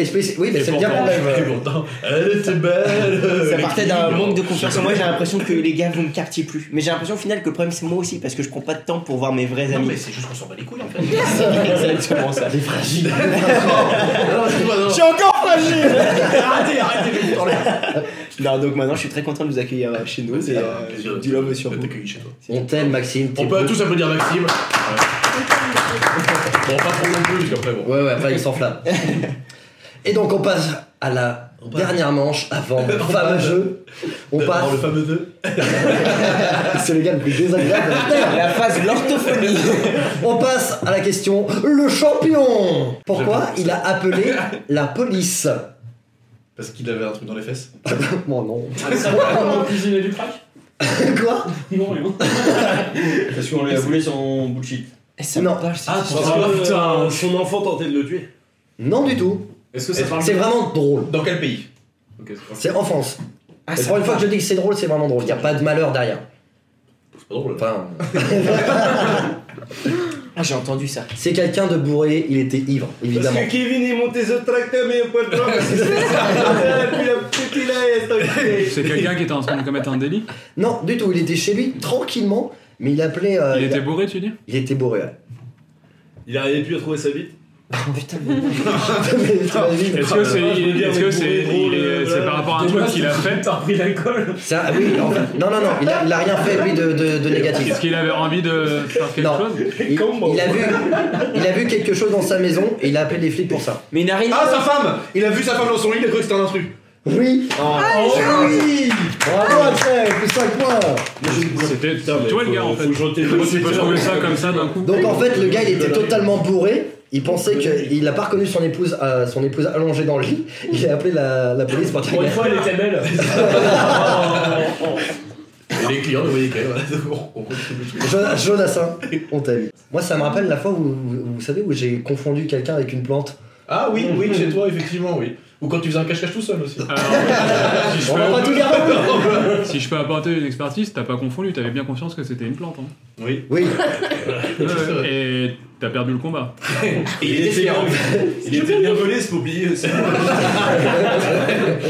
[SPEAKER 2] Explique- Oui, mais c'est bien
[SPEAKER 4] pour
[SPEAKER 2] pour
[SPEAKER 4] plus
[SPEAKER 2] même.
[SPEAKER 4] longtemps. Elle était belle
[SPEAKER 6] Ça partait d'un manque de confiance en moi, j'ai l'impression que les gars vous me quartiez plus. Mais j'ai l'impression au final que le problème c'est moi aussi parce que je prends pas de temps pour voir mes vrais
[SPEAKER 4] Non,
[SPEAKER 6] amis.
[SPEAKER 4] mais c'est juste qu'on s'en bat les couilles en fait.
[SPEAKER 6] Exactement ça.
[SPEAKER 2] Elle est fragile.
[SPEAKER 4] Non, excuse-moi, non, non.
[SPEAKER 6] suis encore fragile
[SPEAKER 4] Arrêtez, arrêtez de vous parler.
[SPEAKER 6] Non, donc maintenant je suis très content de vous accueillir euh, chez nous.
[SPEAKER 4] C'est
[SPEAKER 6] et,
[SPEAKER 4] un
[SPEAKER 6] euh,
[SPEAKER 4] plaisir
[SPEAKER 6] du love sur
[SPEAKER 4] de
[SPEAKER 6] vous.
[SPEAKER 4] t'accueillir chez toi.
[SPEAKER 2] On t'aime, Maxime. t'es
[SPEAKER 4] On peut
[SPEAKER 2] beau.
[SPEAKER 4] tous applaudir Maxime. Bon, pas trop non plus, parce qu'après, bon.
[SPEAKER 2] Ouais, ouais, après il s'enflamme. Et donc on passe à la dernière manche avant le fameux jeu. On passe.
[SPEAKER 4] Dans le fameux 2.
[SPEAKER 2] C'est le gars le plus désagréable de la Terre.
[SPEAKER 6] La phase de l'orthophonie.
[SPEAKER 2] On passe à la question le champion. Pourquoi il a appelé la police
[SPEAKER 4] Parce qu'il avait un truc dans les fesses.
[SPEAKER 2] Bon non.
[SPEAKER 7] Ah, Ça va comment cuisiner du crack
[SPEAKER 2] Quoi
[SPEAKER 7] Non, rien.
[SPEAKER 12] Parce qu'on lui a volé son bullshit.
[SPEAKER 6] Et Eh, ça
[SPEAKER 2] Non.
[SPEAKER 6] me parle, ça.
[SPEAKER 4] Ah,
[SPEAKER 9] putain, son enfant tentait de le tuer.
[SPEAKER 2] Non du tout.
[SPEAKER 7] Est-ce que ça parle
[SPEAKER 2] C'est vraiment drôle.
[SPEAKER 4] Dans quel pays Ok, c'est pas-
[SPEAKER 2] C'est en France.
[SPEAKER 6] Ah,
[SPEAKER 2] Et
[SPEAKER 6] ça
[SPEAKER 2] pour une
[SPEAKER 6] me
[SPEAKER 2] fois que
[SPEAKER 6] parle.
[SPEAKER 2] je dis que c'est drôle, c'est vraiment drôle. Il n'y a pas de malheur derrière.
[SPEAKER 4] c'est pas drôle.
[SPEAKER 2] Enfin,
[SPEAKER 6] Ah, j'ai entendu ça.
[SPEAKER 2] c'est quelqu'un de bourré, il était ivre, évidemment.
[SPEAKER 9] Parce que Kevin est monté sur le tracteur, mais il n'y a pas de problème. Et puis la petite, il a- il a- il a-
[SPEAKER 3] C'est quelqu'un qui était en train de commettre un délit
[SPEAKER 2] Non, du tout, il était chez lui, tranquillement, Mais il appelait. euh,
[SPEAKER 3] Il était bourré, tu dis
[SPEAKER 2] Il était bourré, ouais.
[SPEAKER 9] Il arrivait plus à trouver sa bite
[SPEAKER 2] T'imagines
[SPEAKER 3] Est-ce que c'est est-ce que c'est- il est- c'est par rapport à un truc qu'il a fait
[SPEAKER 7] T'as repris l'alcool
[SPEAKER 2] Ça, ah oui, en fait, non, non, non, il a, il a rien fait lui de, de- de négatif.
[SPEAKER 3] Est-ce qu'il avait envie de faire quelque chose
[SPEAKER 2] Il, il a vu, il a vu quelque chose dans sa maison et il a appelé les flics pour ça.
[SPEAKER 6] Mais il n'a rien.
[SPEAKER 4] Ah, sa femme Il a vu sa femme dans son lit, il a cru que c'était un intrus.
[SPEAKER 2] Oui Ah
[SPEAKER 5] euh,
[SPEAKER 2] Oh
[SPEAKER 4] oui
[SPEAKER 2] Bravo Axel, plus 5 points
[SPEAKER 3] C'était toi le gars en fait. Comment tu peux trouver ça comme ça d'un coup
[SPEAKER 2] Donc en fait, le gars, il était totalement bourré. Il pensait qu'il n'a pas reconnu son épouse, euh, son épouse allongée dans le lit. Il a appelé la, la police pour dire
[SPEAKER 7] Pour une fois, elle était belle.
[SPEAKER 4] Et les clients ne voyaient qu'elle, voilà. Donc, on- on-
[SPEAKER 2] Jo- Jonassin, on t'aime. Moi, ça me rappelle la fois où, où- vous savez, où j'ai confondu quelqu'un avec une plante.
[SPEAKER 4] Ah oui, oui, chez toi, effectivement, oui. Ou quand tu faisais un cache-cache tout seul aussi.
[SPEAKER 3] Si je
[SPEAKER 4] On
[SPEAKER 3] peux-
[SPEAKER 4] va pas tout garder.
[SPEAKER 3] Si je peux apporter une expertise, t'as pas confondu, t'avais bien conscience que c'était une plante. hein.
[SPEAKER 4] Oui.
[SPEAKER 2] Oui.
[SPEAKER 3] Ouais, et t'as perdu le combat.
[SPEAKER 9] Il était bien Il était bien volé, c'est pas oublié aussi.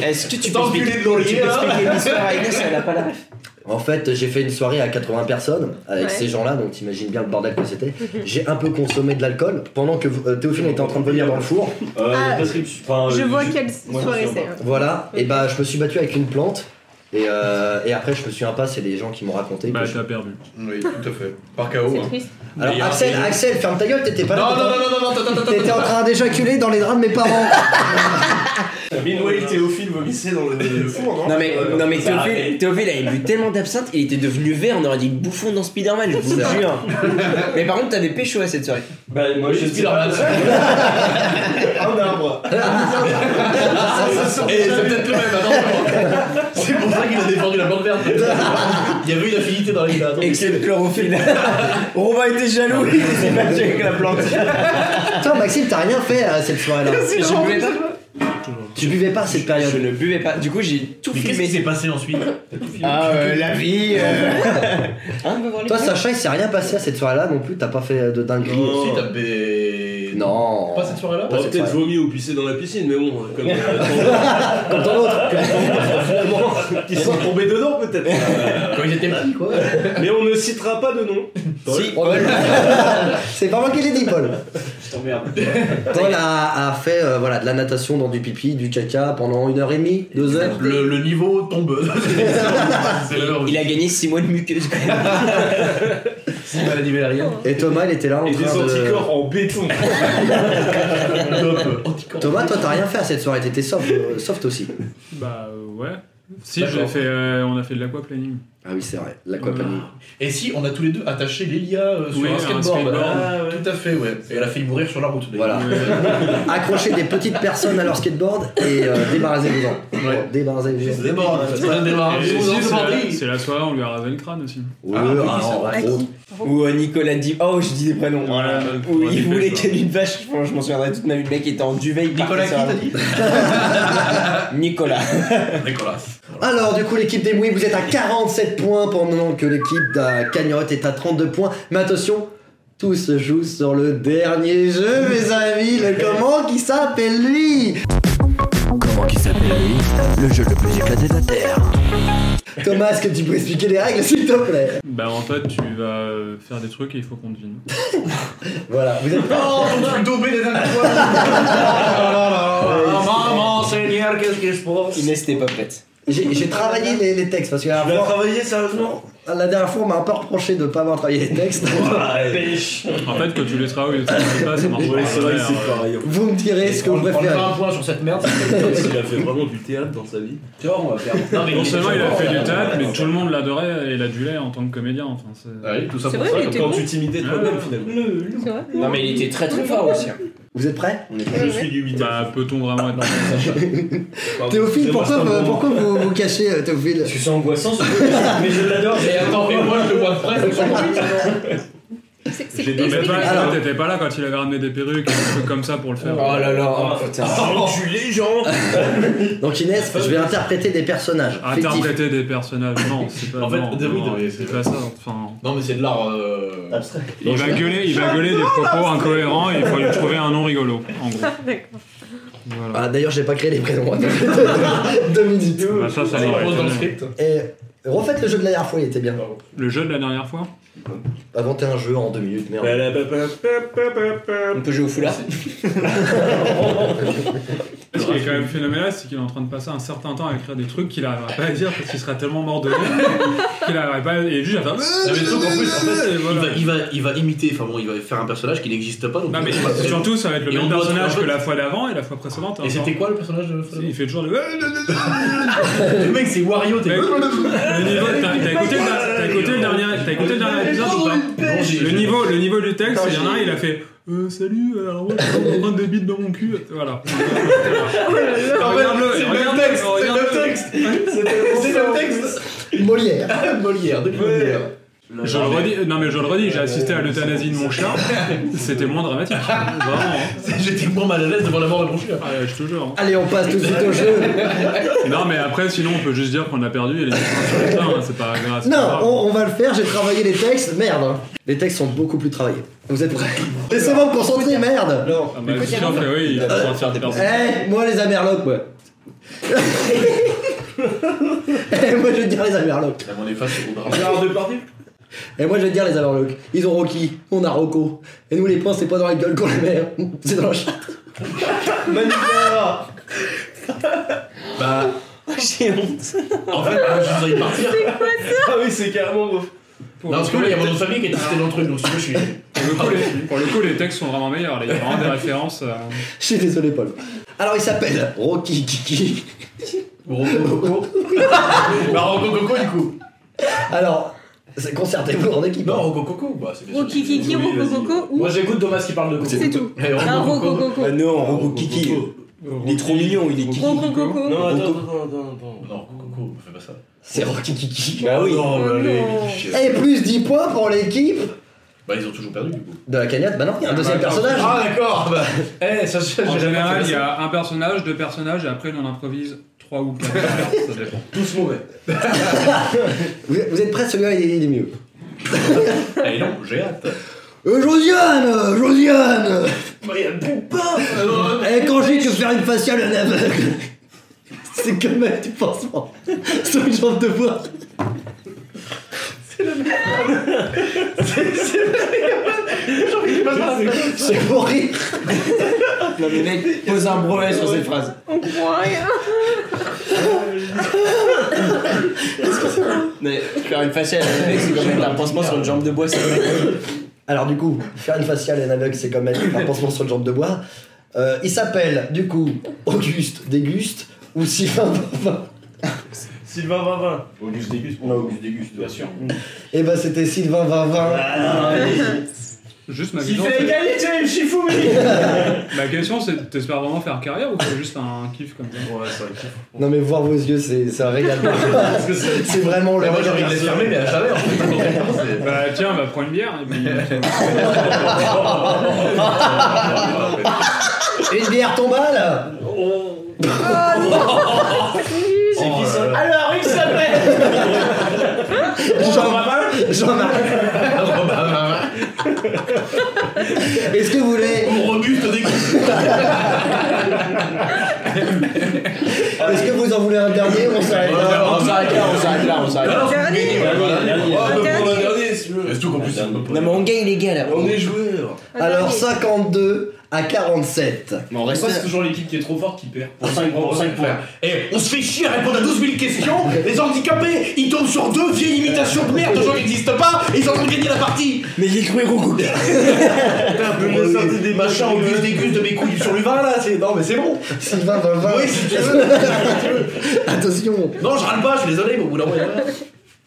[SPEAKER 6] Est-ce que tu
[SPEAKER 4] peux expliquer
[SPEAKER 6] tu peux expliquer l'histoire à Inès
[SPEAKER 4] l'enculé
[SPEAKER 6] Elle a pas la
[SPEAKER 2] En fait, j'ai fait une soirée à 80 personnes avec
[SPEAKER 6] Ouais.
[SPEAKER 2] ces gens-là, donc t'imagines bien le bordel que c'était. J'ai un peu consommé de l'alcool pendant que euh, Théophile était en train de venir dans le four.
[SPEAKER 6] Ah,
[SPEAKER 12] Euh, parce que tu- enfin,
[SPEAKER 5] Ah, Je
[SPEAKER 12] euh,
[SPEAKER 5] vois
[SPEAKER 12] je-
[SPEAKER 5] quelle
[SPEAKER 12] moi, je
[SPEAKER 5] soirée
[SPEAKER 12] sais
[SPEAKER 5] c'est. hein.
[SPEAKER 12] pas.
[SPEAKER 2] Voilà, et bah je me suis battu avec une plante. Et, euh, et après, je me souviens pas, c'est les gens qui m'ont raconté.
[SPEAKER 3] Bah,
[SPEAKER 2] que je-
[SPEAKER 3] t'as perdu.
[SPEAKER 4] Oui, tout à fait. Par KO. hein.
[SPEAKER 2] Alors,
[SPEAKER 4] Mais
[SPEAKER 2] Axel,
[SPEAKER 4] il y a-
[SPEAKER 2] Axel, ferme ta gueule, t'étais pas là.
[SPEAKER 4] Non, non,
[SPEAKER 2] t'étais-
[SPEAKER 4] non, non, non, attends, attends, attends,
[SPEAKER 2] T'étais en
[SPEAKER 4] attends.
[SPEAKER 2] train d'éjaculer dans les draps de mes parents.
[SPEAKER 9] Meanwhile, Théophile vomissait dans le, le four, non
[SPEAKER 6] Non mais,
[SPEAKER 9] Euh,
[SPEAKER 6] non mais
[SPEAKER 9] ça
[SPEAKER 6] Théophile, Théophile avait bu tellement d'absinthe, il était devenu vert, on aurait dit bouffon dans Spider-Man, je vous
[SPEAKER 12] C'est vrai.
[SPEAKER 6] jure. mais par contre, t'avais pécho à cette soirée.
[SPEAKER 12] Bah, moi, je suis pas.
[SPEAKER 9] Un arbre
[SPEAKER 4] Et c'est peut-être le même, attends. C'est pour ça qu'il a défendu la bande verte. Il y avait une affinité dans les gars.
[SPEAKER 6] Excellent chlorophylle. Romain était jaloux, il s'est battu avec la plante.
[SPEAKER 2] Toi, Maxime, t'as rien fait à cette soirée-là.
[SPEAKER 6] Je buvais
[SPEAKER 5] hein.
[SPEAKER 6] pas.
[SPEAKER 2] Tu buvais pas à cette période.
[SPEAKER 6] Je ne buvais pas. Du coup, j'ai tout
[SPEAKER 4] Mais
[SPEAKER 6] filmé.
[SPEAKER 4] qu'est-ce qui s'est passé ensuite
[SPEAKER 6] Ah, euh, la vie. euh.
[SPEAKER 2] Toi, Sacha, il s'est rien passé à cette soirée-là non plus, t'as pas fait de dinguerie.
[SPEAKER 9] Non. Si, t'as bé-
[SPEAKER 2] Non.
[SPEAKER 4] Pas cette soirée-là
[SPEAKER 9] On
[SPEAKER 2] Pas
[SPEAKER 9] aurait
[SPEAKER 2] cette
[SPEAKER 9] peut-être
[SPEAKER 2] soirée.
[SPEAKER 9] vomi ou pissé dans la piscine, mais bon, comme. euh,
[SPEAKER 2] Comme dans l'autre.
[SPEAKER 9] Ils sont tombés dedans, peut-être.
[SPEAKER 4] Quand ils étaient petits, quoi.
[SPEAKER 9] Mais on ne citera pas de nom.
[SPEAKER 2] Si, C'est pas moi qui l'ai dit, Paul.
[SPEAKER 7] Je t'emmerde.
[SPEAKER 2] Paul a, a fait euh, voilà, de la natation dans du pipi, du caca pendant une heure et demie, deux heures.
[SPEAKER 4] Le, le niveau tombe. C'est la
[SPEAKER 6] Il a gagné 6 mois de muqueuse.
[SPEAKER 4] C'est maladie valérienne.
[SPEAKER 2] Et Thomas, il était là en
[SPEAKER 9] Et des
[SPEAKER 2] train de...
[SPEAKER 9] anticorps en béton.
[SPEAKER 4] Top.
[SPEAKER 2] Thomas, toi, t'as rien fait à cette soirée, t'étais soft, euh, soft aussi.
[SPEAKER 3] Bah euh, ouais. Si
[SPEAKER 4] D'accord.
[SPEAKER 3] j'ai fait, euh, on a fait de l'aquaplaning.
[SPEAKER 2] Ah oui, c'est vrai, l'aquaplaning.
[SPEAKER 9] Ah,
[SPEAKER 4] Et si on a tous les deux attaché Lélia euh, sur
[SPEAKER 3] Oui,
[SPEAKER 4] un
[SPEAKER 3] un
[SPEAKER 4] skateboard,
[SPEAKER 3] skateboard.
[SPEAKER 4] Ah, ouais. Tout à fait, ouais. Et elle a failli mourir sur la route.
[SPEAKER 2] Voilà. Accrocher des petites personnes à leur skateboard et euh, débarrasser-vous-en.
[SPEAKER 4] Ouais.
[SPEAKER 2] Débarrassez-vous-en.
[SPEAKER 3] Et
[SPEAKER 4] Débarrassez-vous-en
[SPEAKER 3] si,
[SPEAKER 4] de
[SPEAKER 3] c'est la-
[SPEAKER 4] Barbie.
[SPEAKER 3] C'est la soirée, on lui a rasé le crâne aussi.
[SPEAKER 2] Ouais, ah, en gros.
[SPEAKER 6] Ou euh, Nicolas dit Oh, je dis des prénoms.
[SPEAKER 3] Voilà.
[SPEAKER 6] Ou il
[SPEAKER 3] Ouais,
[SPEAKER 6] voulait
[SPEAKER 3] dépêche,
[SPEAKER 6] qu'elle une vache. Je je m'en souviendrai toute ma vie. Le mec était en duvet. il
[SPEAKER 4] Nicolas qui
[SPEAKER 6] partait sur
[SPEAKER 4] t'as
[SPEAKER 6] la-
[SPEAKER 4] dit
[SPEAKER 6] Nicolas.
[SPEAKER 4] Nicolas.
[SPEAKER 2] Alors, du coup, l'équipe des Mouilles, vous êtes à 47 points pendant que l'équipe de Cagnotte est à 32 points. Mais attention, tout se joue sur le dernier jeu, mes amis. Le comment qui s'appelle lui
[SPEAKER 10] Comment qui s'appelle lui Le jeu le plus éclaté de la Terre.
[SPEAKER 2] Thomas, est-ce que tu peux expliquer les règles, s'il te plaît
[SPEAKER 3] Bah en fait, tu vas euh, faire des trucs et il faut qu'on devine.
[SPEAKER 2] Voilà, vous êtes
[SPEAKER 4] Oh, ton truc daubé les dernières fois. Ah, Maman, Seigneur, qu'est-ce que je pense
[SPEAKER 6] Inès n'était pas prête.
[SPEAKER 2] J'ai j'ai travaillé les, les textes parce que la
[SPEAKER 9] Tu l'as
[SPEAKER 2] dernière fois,
[SPEAKER 9] travaillé sérieusement
[SPEAKER 2] la dernière fois, on m'a un peu reproché de ne pas avoir travaillé les textes.
[SPEAKER 9] Pêche
[SPEAKER 3] En fait, que tu laisseras où il te pas, ça marche pas.
[SPEAKER 9] Ouais, c'est vrai,
[SPEAKER 3] Ouais,
[SPEAKER 9] c'est pareil.
[SPEAKER 2] Vous me direz ce que vous
[SPEAKER 4] On
[SPEAKER 2] préférez.
[SPEAKER 4] prendra un point sur cette merde.
[SPEAKER 9] Il a fait vraiment du théâtre dans sa vie.
[SPEAKER 7] Tu vois, on va faire.
[SPEAKER 4] Non, mais
[SPEAKER 3] Non seulement il a
[SPEAKER 4] était
[SPEAKER 3] fait
[SPEAKER 4] fort.
[SPEAKER 3] du théâtre, mais tout le monde l'adorait et l'adulait en tant que comédien. Enfin, c'est-
[SPEAKER 4] Ah oui, tout ça
[SPEAKER 5] C'est
[SPEAKER 4] pour
[SPEAKER 5] vrai,
[SPEAKER 4] ça.
[SPEAKER 5] il était
[SPEAKER 9] Quand
[SPEAKER 5] bon.
[SPEAKER 9] tu t'imitais toi-même finalement.
[SPEAKER 5] C'est vrai.
[SPEAKER 6] Non, mais il était très très fort aussi. hein.
[SPEAKER 2] Vous êtes prêts
[SPEAKER 9] On est pas- Je suis du imiteur.
[SPEAKER 3] Bah, peut-on vraiment être
[SPEAKER 9] Pardon.
[SPEAKER 2] Bah, Théophile,
[SPEAKER 9] Excusez-moi,
[SPEAKER 2] pourquoi,
[SPEAKER 9] c'est un bon
[SPEAKER 2] vous- pourquoi vous vous cachez, euh, Théophile
[SPEAKER 12] Parce que c'est angoissant, ce truc, mais je l'adore.
[SPEAKER 4] Et attends, mais moi je le vois de près, donc
[SPEAKER 5] C'est- c'est-
[SPEAKER 9] J'ai des
[SPEAKER 3] Mais
[SPEAKER 5] explique-
[SPEAKER 3] toi,
[SPEAKER 2] Alors-
[SPEAKER 3] Axel, t'étais pas là quand il avait ramené des perruques et des trucs comme ça pour le faire.
[SPEAKER 6] Oh là là, oh, putain.
[SPEAKER 9] Enculé, Jean
[SPEAKER 2] Donc Inès, je vais interpréter des personnages fictifs.
[SPEAKER 3] Interpréter des personnages, non, c'est pas,
[SPEAKER 4] En fait,
[SPEAKER 3] non,
[SPEAKER 4] oui,
[SPEAKER 3] non,
[SPEAKER 4] non, mais
[SPEAKER 3] c'est
[SPEAKER 4] c'est-
[SPEAKER 3] pas ça. Enfin,
[SPEAKER 4] Non, mais c'est de l'art. euh,
[SPEAKER 3] il va gueuler, il va gueuler des propos incohérents et il faut lui trouver un nom rigolo, en gros.
[SPEAKER 5] D'accord.
[SPEAKER 3] Voilà.
[SPEAKER 2] Ah, D'ailleurs, j'ai pas créé les prénoms. Deux minutes.
[SPEAKER 3] Bah, ça, ça
[SPEAKER 4] Ça
[SPEAKER 3] m'aurait
[SPEAKER 4] repose dans le
[SPEAKER 3] étonné.
[SPEAKER 4] script.
[SPEAKER 2] Et Refaites le jeu de la dernière fois, il était bien.
[SPEAKER 3] Le jeu de la dernière fois
[SPEAKER 2] Inventez un jeu en deux minutes, merde.
[SPEAKER 4] Bah,
[SPEAKER 6] On peut jouer au foulard
[SPEAKER 3] Ce qui est quand même phénoménal, c'est qu'il est en train de passer un certain temps à écrire des trucs qu'il n'arriverait pas à dire parce qu'il serait tellement mort de rire qu'il n'arriverait pas à... Et lui, il va
[SPEAKER 4] Non, mais le truc, en plus, en fait,
[SPEAKER 3] Et voilà.
[SPEAKER 4] il, va, il, va, il va imiter, enfin bon, il va faire un personnage qui n'existe pas. Donc
[SPEAKER 3] Non, mais
[SPEAKER 4] il va-
[SPEAKER 3] surtout, ça va être le
[SPEAKER 4] Et on
[SPEAKER 3] même
[SPEAKER 4] doit-
[SPEAKER 3] personnage
[SPEAKER 4] en fait,
[SPEAKER 3] que la fois d'avant et la fois précédente. hein,
[SPEAKER 4] Et c'était quoi le personnage euh, de
[SPEAKER 3] Il fait toujours le.
[SPEAKER 4] Le mec, c'est Wario, t'es.
[SPEAKER 3] Mec, le niveau- T'as t'as écouté, le- t'as écouté le dernier, t'as écouté le dernier épisode ou pas
[SPEAKER 4] Non, j'ai-
[SPEAKER 3] le niveau, le niveau du texte, il y en a un, il a fait euh, Salut, euh, alors moi je suis en train de bite dans mon cul. Voilà. Regarde-le,
[SPEAKER 4] C'est le même
[SPEAKER 3] regarde-le,
[SPEAKER 4] texte, c'est le
[SPEAKER 3] regarde-le.
[SPEAKER 4] même texte. C'est le même texte.
[SPEAKER 2] Molière.
[SPEAKER 4] Molière, depuis Molière.
[SPEAKER 3] Je le redis, non mais je le redis, j'ai assisté à l'euthanasie de mon chat, c'était moins dramatique, vraiment. hein.
[SPEAKER 4] J'étais moins mal à l'aise devant la mort de mon chat.
[SPEAKER 3] je te jure. hein.
[SPEAKER 2] Allez, on passe tout de suite au jeu.
[SPEAKER 3] Non mais après, sinon on peut juste dire qu'on a perdu et les gens sur le terrain, hein, c'est pas grave. c'est pas
[SPEAKER 2] Non,
[SPEAKER 3] grave.
[SPEAKER 2] on, on va le faire, j'ai travaillé les textes, merde. hein. Les textes sont beaucoup plus travaillés. Vous êtes prêts Laissez-moi me concentrer, merde Non,
[SPEAKER 3] Ah, bah, c'est sûr que oui, il va pouvoir faire des
[SPEAKER 2] Eh,
[SPEAKER 3] personnes.
[SPEAKER 2] moi les Amerlocs, moi. Eh, moi je vais te dire les Amerlocs.
[SPEAKER 4] On est face au
[SPEAKER 2] Gérard
[SPEAKER 4] Depardieu
[SPEAKER 2] Et moi je vais te dire les Amerlocs. Ils ont Rocky, on a Rocco. Et nous les points, c'est pas dans la gueule qu'on les met, hein. c'est dans la chatte.
[SPEAKER 8] Manuela
[SPEAKER 4] Bah.
[SPEAKER 6] J'ai honte.
[SPEAKER 4] En fait, moi, je voudrais partir.
[SPEAKER 8] Ah oui, c'est carrément gros.
[SPEAKER 4] Non, parce que là, il y a mon autre famille qui est assistée dans le truc, donc si tu veux, je suis.
[SPEAKER 3] Pour le, coup, les, pour le coup, les textes sont vraiment meilleurs, là, il y a vraiment des références. euh,
[SPEAKER 2] Je suis désolé, Paul. Alors il s'appelle Rocky Kiki.
[SPEAKER 4] Rocco Bah, Rocco Coco, du coup.
[SPEAKER 2] Alors, c'est- concertez-vous hein. en équipe.
[SPEAKER 4] Non, Rocco Coco, bah, c'est bien sûr.
[SPEAKER 5] Roki Kiki, Roko Coco ou.
[SPEAKER 4] Moi, j'écoute Thomas qui parle de Coco.
[SPEAKER 5] C'est tout.
[SPEAKER 4] Eh, Rocco
[SPEAKER 5] Un
[SPEAKER 4] Coco.
[SPEAKER 5] Roko Coco.
[SPEAKER 6] Ah non, Rocco Kiki. Il est trop mignon, il est kiki.
[SPEAKER 5] Roko Coco.
[SPEAKER 6] Non, attends,
[SPEAKER 4] attends, attends, attends. Non, Rocco Coco, fais pas ça.
[SPEAKER 2] C'est Rocky Kiki.
[SPEAKER 6] Bah oui.
[SPEAKER 5] Oh
[SPEAKER 4] Non, bah, allez,
[SPEAKER 5] Eh.
[SPEAKER 4] chier.
[SPEAKER 2] Et plus 10 points pour l'équipe
[SPEAKER 4] Bah, ils ont toujours perdu, du coup.
[SPEAKER 2] de la cagnotte. Bah non, il y a un deuxième
[SPEAKER 3] bah,
[SPEAKER 2] personnage.
[SPEAKER 4] Ah, d'accord, bah. Eh, ça, ça,
[SPEAKER 3] En
[SPEAKER 4] j'ai jamais
[SPEAKER 3] général,
[SPEAKER 4] fait
[SPEAKER 3] il y
[SPEAKER 4] ça.
[SPEAKER 3] a un personnage, deux personnages, et après, il en improvise trois ou quatre. ça dépend.
[SPEAKER 4] Tous mauvais.
[SPEAKER 2] Vous, vous êtes prêts Celui-là, il, est- il est mieux.
[SPEAKER 4] Eh non, j'ai hâte.
[SPEAKER 2] Euh, Josiane euh, Josiane
[SPEAKER 4] Bah, il y a Poupin euh,
[SPEAKER 2] Eh, quand j'ai que faire une faciale à un aveugle C'est que même du pansement sur une jambe de bois.
[SPEAKER 4] C'est c'est Genre, il est pas mal.
[SPEAKER 2] C'est pour rire.
[SPEAKER 6] Non, mais mec, pose un brevet sur cette phrase.
[SPEAKER 5] On comprend rien. Oh,
[SPEAKER 6] Mais faire une faciale à un mec, c'est comme mettre un pansement sur une jambe de bois, c'est mec.
[SPEAKER 2] Alors du coup, faire une faciale à un aveugle, c'est comme mettre un pansement sur une jambe de bois. Euh, il s'appelle, du coup, Auguste Déguste ou Sylvain Barbin.
[SPEAKER 8] Sylvain Vinvin.
[SPEAKER 12] Auguste Déguste, on a Auguste Déguste, bien sûr.
[SPEAKER 2] Et bah c'était Sylvain Vinvin.
[SPEAKER 3] Juste ma
[SPEAKER 8] Il
[SPEAKER 3] question.
[SPEAKER 8] fait
[SPEAKER 3] c'est-
[SPEAKER 8] égalité, je suis fou, mais-
[SPEAKER 3] Ma question, c'est t'espères vraiment faire carrière ou c'est juste un kiff comme ça
[SPEAKER 9] Ouais, c'est un kiff.
[SPEAKER 2] Non mais voir vos yeux, c'est c'est un régal. c'est vraiment le
[SPEAKER 4] Mais moi, j'ai
[SPEAKER 2] régal.
[SPEAKER 4] envie de les fermer, mais à jamais, en fait.
[SPEAKER 3] Bah tiens, on va prendre une bière. Et puis...
[SPEAKER 2] Une bière tombale
[SPEAKER 5] Ah,
[SPEAKER 8] C'est qui ça
[SPEAKER 10] Alors, il s'appelle
[SPEAKER 2] Jean- Jean-Marc, est-ce que vous voulez,
[SPEAKER 4] On rebuste des
[SPEAKER 2] est-ce que vous en voulez un dernier ou On
[SPEAKER 8] Ah,
[SPEAKER 2] s'arrête
[SPEAKER 4] euh,
[SPEAKER 2] là.
[SPEAKER 6] On s'arrête là, on s'arrête là, on s'arrête là.
[SPEAKER 5] Dernier.
[SPEAKER 4] Surtout qu'en
[SPEAKER 8] Ah,
[SPEAKER 4] plus,
[SPEAKER 6] Non, mais on gagne les gars là.
[SPEAKER 4] on est hein. joueurs.
[SPEAKER 2] Alors 52 à 47.
[SPEAKER 6] Mais on reste.
[SPEAKER 7] Pourquoi c'est toujours l'équipe qui est trop forte qui perd Pour
[SPEAKER 4] 5
[SPEAKER 7] points,
[SPEAKER 4] points,
[SPEAKER 7] pour 5 points.
[SPEAKER 4] Et Eh, on se fait chier à répondre à 12 000 questions. Les handicapés, ils tombent sur deux vieilles imitations de merde de gens qui n'existent pas. Ils ont gagné la partie.
[SPEAKER 6] Mais j'ai trouvé Rocco.
[SPEAKER 8] Je me suis sorti des machins
[SPEAKER 4] Machin, on gus des gus de mes couilles sur le vin là. C'est non, mais c'est bon.
[SPEAKER 2] Sylvain Vinvin,
[SPEAKER 4] Oui, si tu veux. si tu veux.
[SPEAKER 2] attention.
[SPEAKER 4] Non, je râle pas. Je suis désolé, mais au bout d'un moment. il y en a.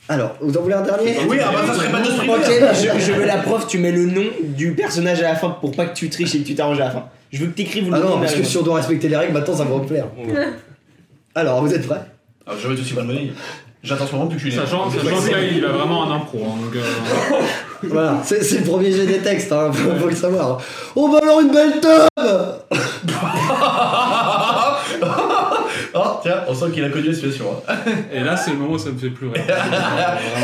[SPEAKER 2] Alors, vous en voulez un dernier
[SPEAKER 4] Oui, ah bah ça serait pas de
[SPEAKER 6] Ok,
[SPEAKER 4] ce
[SPEAKER 6] je, je veux la prof, tu mets le nom du personnage à la fin pour pas que tu triches et que tu t'arranges à la fin. Je veux que t'écrives le
[SPEAKER 2] Ah
[SPEAKER 6] nom.
[SPEAKER 2] non,
[SPEAKER 6] de la
[SPEAKER 2] parce que
[SPEAKER 6] raison.
[SPEAKER 2] si on doit respecter les règles, maintenant ça va me plaire. Alors, vous êtes prêts
[SPEAKER 4] Ah, je vais être aussi malmené. J'attends ce moment depuis que je suis né.
[SPEAKER 3] Sachant, sachant que là, il va vraiment en impro. hein, donc, euh,
[SPEAKER 2] Voilà, c'est c'est le premier jeu des textes, hein, faut, faut le savoir. On va alors une belle tome
[SPEAKER 4] Oh, tiens, on sent qu'il a connu la situation. hein.
[SPEAKER 3] Et là, c'est le moment où ça me fait pleurer.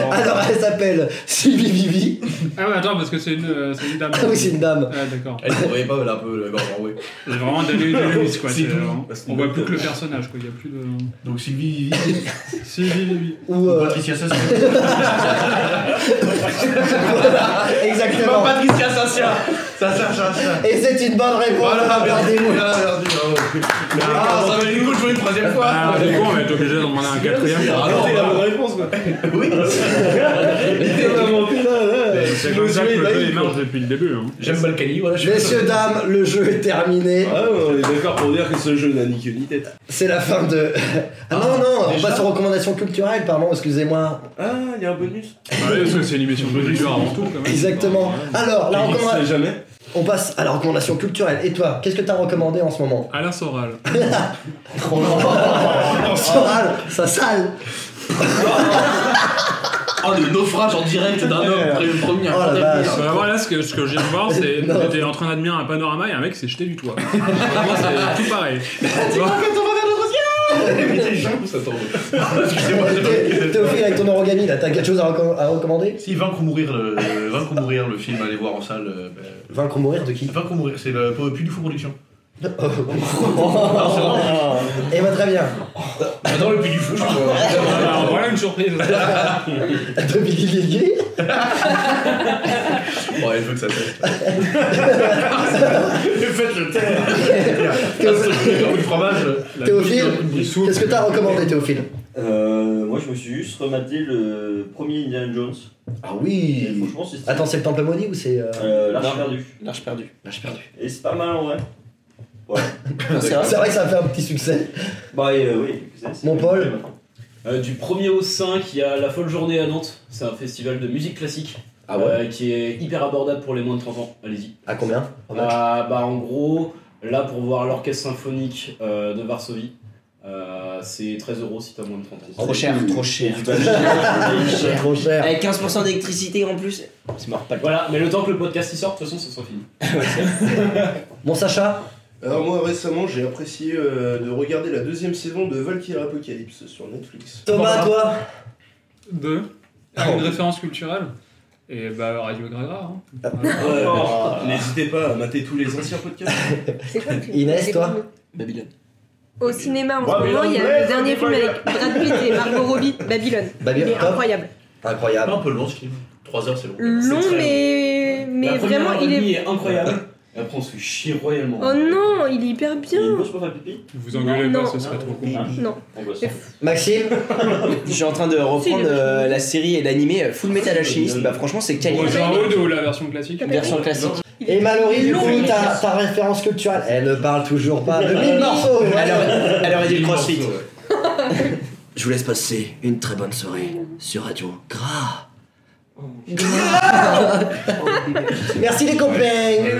[SPEAKER 2] Alors, elle s'appelle Sylvie Vivi.
[SPEAKER 3] Ah ouais, attends, parce que c'est une, euh, c'est une dame.
[SPEAKER 2] Ah oui, c'est une dame.
[SPEAKER 3] Ah d'accord.
[SPEAKER 4] Elle ne voyait pas, elle a un peu le gorge enrouée.
[SPEAKER 3] C'est vraiment donné une limite, quoi.
[SPEAKER 4] C'est
[SPEAKER 3] C'est
[SPEAKER 4] tout.
[SPEAKER 3] vraiment-
[SPEAKER 4] Parce que
[SPEAKER 3] On voit
[SPEAKER 4] donc,
[SPEAKER 3] plus que le
[SPEAKER 4] euh,
[SPEAKER 3] personnage, quoi. Il y a plus de.
[SPEAKER 4] Donc Sylvie Vivi.
[SPEAKER 3] Sylvie Vivi.
[SPEAKER 2] Ou euh,
[SPEAKER 4] Patricia Sassia.
[SPEAKER 2] Exactement.
[SPEAKER 4] Patricia Sassia. Sassia, Sassia.
[SPEAKER 2] Et c'est une bonne réponse.
[SPEAKER 4] Voilà, merci.
[SPEAKER 2] Regardez-vous.
[SPEAKER 4] Voilà, merci, bravo. Ah, ça valait le coup de jouer une troisième fois.
[SPEAKER 3] Ah, du coup, on va être obligé d'en demander un quatrième.
[SPEAKER 4] Ah, non,
[SPEAKER 3] C'était la
[SPEAKER 4] bonne réponse, quoi. Oui. L'idée est inventée, là, là.
[SPEAKER 3] C'est comme ça que le
[SPEAKER 4] Josué
[SPEAKER 3] jeu
[SPEAKER 4] Naïf,
[SPEAKER 3] il marche depuis le début. hein.
[SPEAKER 4] J'aime Balkany, voilà. je-
[SPEAKER 2] Messieurs, dames, le jeu est terminé.
[SPEAKER 8] Ah, ouais, on est d'accord pour dire que ce jeu n'a ni queue ni tête.
[SPEAKER 2] C'est la fin de. Ah, non, non, on passe aux recommandations culturelles, pardon, excusez-moi.
[SPEAKER 8] Ah, il y a un bonus
[SPEAKER 3] Ouais, parce que c'est une émission de culture avant tout, quand même.
[SPEAKER 2] Exactement. Alors, la
[SPEAKER 8] Il
[SPEAKER 2] recommandation.
[SPEAKER 8] sait jamais.
[SPEAKER 2] On passe à la recommandation culturelle. Et toi, qu'est-ce que t'as recommandé en ce moment
[SPEAKER 3] Alain Soral.
[SPEAKER 2] En Soral, ça Ah, sale
[SPEAKER 4] Ah, le naufrage en direct d'un homme pré- premier. à
[SPEAKER 2] Oh la vache.
[SPEAKER 4] intervenir.
[SPEAKER 3] Bah voilà, ce que, ce que je viens de voir, c'est
[SPEAKER 2] Non.
[SPEAKER 3] j'étais en train d'admirer un panorama et un mec s'est jeté du toit. Vraiment, c'est tout pareil. Tu vois
[SPEAKER 4] Excusez-moi,
[SPEAKER 2] T'es offert avec ton origami là, t'as quelque chose à, reco- à recommander
[SPEAKER 4] Si, Vaincre ou mourir, le, le- Vaincre ou mourir, le film, allez voir en salle. euh, bah,
[SPEAKER 2] Vaincre ou mourir de qui
[SPEAKER 4] Vaincre ou mourir, c'est le Puy du Fou Production.
[SPEAKER 2] Et bah très bien
[SPEAKER 4] J'adore le Puy du Fou, je crois.
[SPEAKER 3] Alors, voilà une surprise.
[SPEAKER 2] De Billy Lillier
[SPEAKER 4] Ouais, je veux que ça fasse. Faites le terre. Un coup de fromage. la
[SPEAKER 2] Théophile,
[SPEAKER 4] bouche, la bouche.
[SPEAKER 2] qu'est-ce que t'as recommandé Théophile
[SPEAKER 12] Euh, moi, je me suis juste rematé le premier Indiana Jones.
[SPEAKER 2] Ah
[SPEAKER 12] Et
[SPEAKER 2] oui
[SPEAKER 12] franchement, c'est stylé.
[SPEAKER 2] Attends, c'est le temple maudit ou c'est. euh,
[SPEAKER 12] Euh, L'arche perdue.
[SPEAKER 6] L'arche perdue.
[SPEAKER 2] L'Arche perdue.
[SPEAKER 12] Et c'est pas mal en vrai. Ouais.
[SPEAKER 2] C'est vrai c'est vrai que ça a fait un petit succès.
[SPEAKER 12] Bah, et, euh, oui. c'est- c'est-
[SPEAKER 2] Mon Paul
[SPEAKER 7] Euh, du 1er au 5, il y a la folle journée à Nantes. C'est un festival de musique classique.
[SPEAKER 2] Ah ouais
[SPEAKER 7] euh, qui est hyper abordable pour les moins de 30 ans. Allez-y.
[SPEAKER 2] À combien En match
[SPEAKER 7] Ah, bah en gros, là pour voir l'orchestre symphonique euh, de Varsovie, euh, c'est 13 euros si t'as moins de 30 ans.
[SPEAKER 6] Trop cher, trop cher.
[SPEAKER 12] Du Babaji.
[SPEAKER 2] C'est trop cher.
[SPEAKER 6] Avec 15% d'électricité en plus. C'est mort, pas le
[SPEAKER 7] Voilà, mais le temps que le podcast y sorte, de toute façon, ce sera fini.
[SPEAKER 2] Bon, Sacha
[SPEAKER 8] Alors moi récemment j'ai apprécié euh, de regarder la deuxième saison de Valkyrie Apocalypse sur Netflix.
[SPEAKER 2] Thomas,
[SPEAKER 3] Thomas.
[SPEAKER 2] toi
[SPEAKER 3] Deux. Ah,
[SPEAKER 4] oh.
[SPEAKER 3] Une référence culturelle. Et bah, Radio Gragra. Hein.
[SPEAKER 4] Ah.
[SPEAKER 9] Ah,
[SPEAKER 8] Ouais,
[SPEAKER 9] oh.
[SPEAKER 8] bah, N'hésitez pas à mater tous les anciens podcasts.
[SPEAKER 5] C'est quoi le film
[SPEAKER 2] Inès, toi
[SPEAKER 6] Babylone.
[SPEAKER 5] Au cinéma, en ce
[SPEAKER 8] Babylone,
[SPEAKER 5] moment, il y a
[SPEAKER 8] ouais,
[SPEAKER 5] le dernier film
[SPEAKER 8] Babylone.
[SPEAKER 5] avec Brad Pitt et Margot Robbie, Babylone.
[SPEAKER 2] Babylone,
[SPEAKER 5] Il est
[SPEAKER 2] top.
[SPEAKER 5] incroyable.
[SPEAKER 4] Ah,
[SPEAKER 2] Incroyable.
[SPEAKER 4] un peu long ce film. 3 heures, c'est long.
[SPEAKER 5] Long, mais, mais
[SPEAKER 7] la première
[SPEAKER 5] vraiment,
[SPEAKER 7] heure
[SPEAKER 5] il
[SPEAKER 7] et demie
[SPEAKER 5] est.
[SPEAKER 7] est incroyable. Et après, on se fait chier royalement.
[SPEAKER 5] Oh non, il est hyper
[SPEAKER 12] Il y a une
[SPEAKER 5] bien.
[SPEAKER 12] grosse prof à pipi.
[SPEAKER 3] Vous engueulez
[SPEAKER 5] Non,
[SPEAKER 3] pas, ce serait
[SPEAKER 7] Ah,
[SPEAKER 3] trop con.
[SPEAKER 5] Non.
[SPEAKER 12] Angoissant.
[SPEAKER 2] Maxime
[SPEAKER 6] Je suis en train de reprendre
[SPEAKER 5] Si, le-
[SPEAKER 6] euh, la série et l'animé euh, Full Metal Alchemist. Bah franchement, c'est
[SPEAKER 3] Pour
[SPEAKER 6] qualité.
[SPEAKER 3] Road ou la version classique
[SPEAKER 6] Version classique.
[SPEAKER 2] Et Mallory, du
[SPEAKER 5] Long,
[SPEAKER 2] coup,
[SPEAKER 5] mais
[SPEAKER 2] ta, ta référence culturelle, elle ne parle toujours pas de mille morceaux.
[SPEAKER 6] Alors,
[SPEAKER 2] voilà.
[SPEAKER 6] alors il y a le crossfit.
[SPEAKER 2] Je vous laisse passer une très bonne soirée sur Radio Gras. Merci les copains.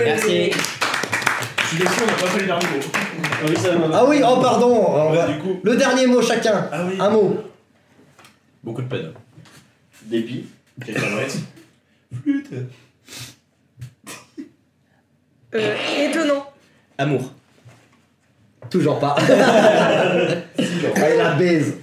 [SPEAKER 6] Merci.
[SPEAKER 7] Je suis déçu, on n'a pas fait le dernier mot.
[SPEAKER 12] Ah oui, ça m'a-
[SPEAKER 2] Ah oui, oh pardon. on va-
[SPEAKER 8] du coup.
[SPEAKER 2] Le dernier mot chacun.
[SPEAKER 8] Ah oui.
[SPEAKER 2] Un mot.
[SPEAKER 4] Beaucoup de peine.
[SPEAKER 12] Dépit.
[SPEAKER 8] Flûte.
[SPEAKER 5] Euh, étonnant.
[SPEAKER 6] Amour.
[SPEAKER 2] Toujours pas. Allez la baise.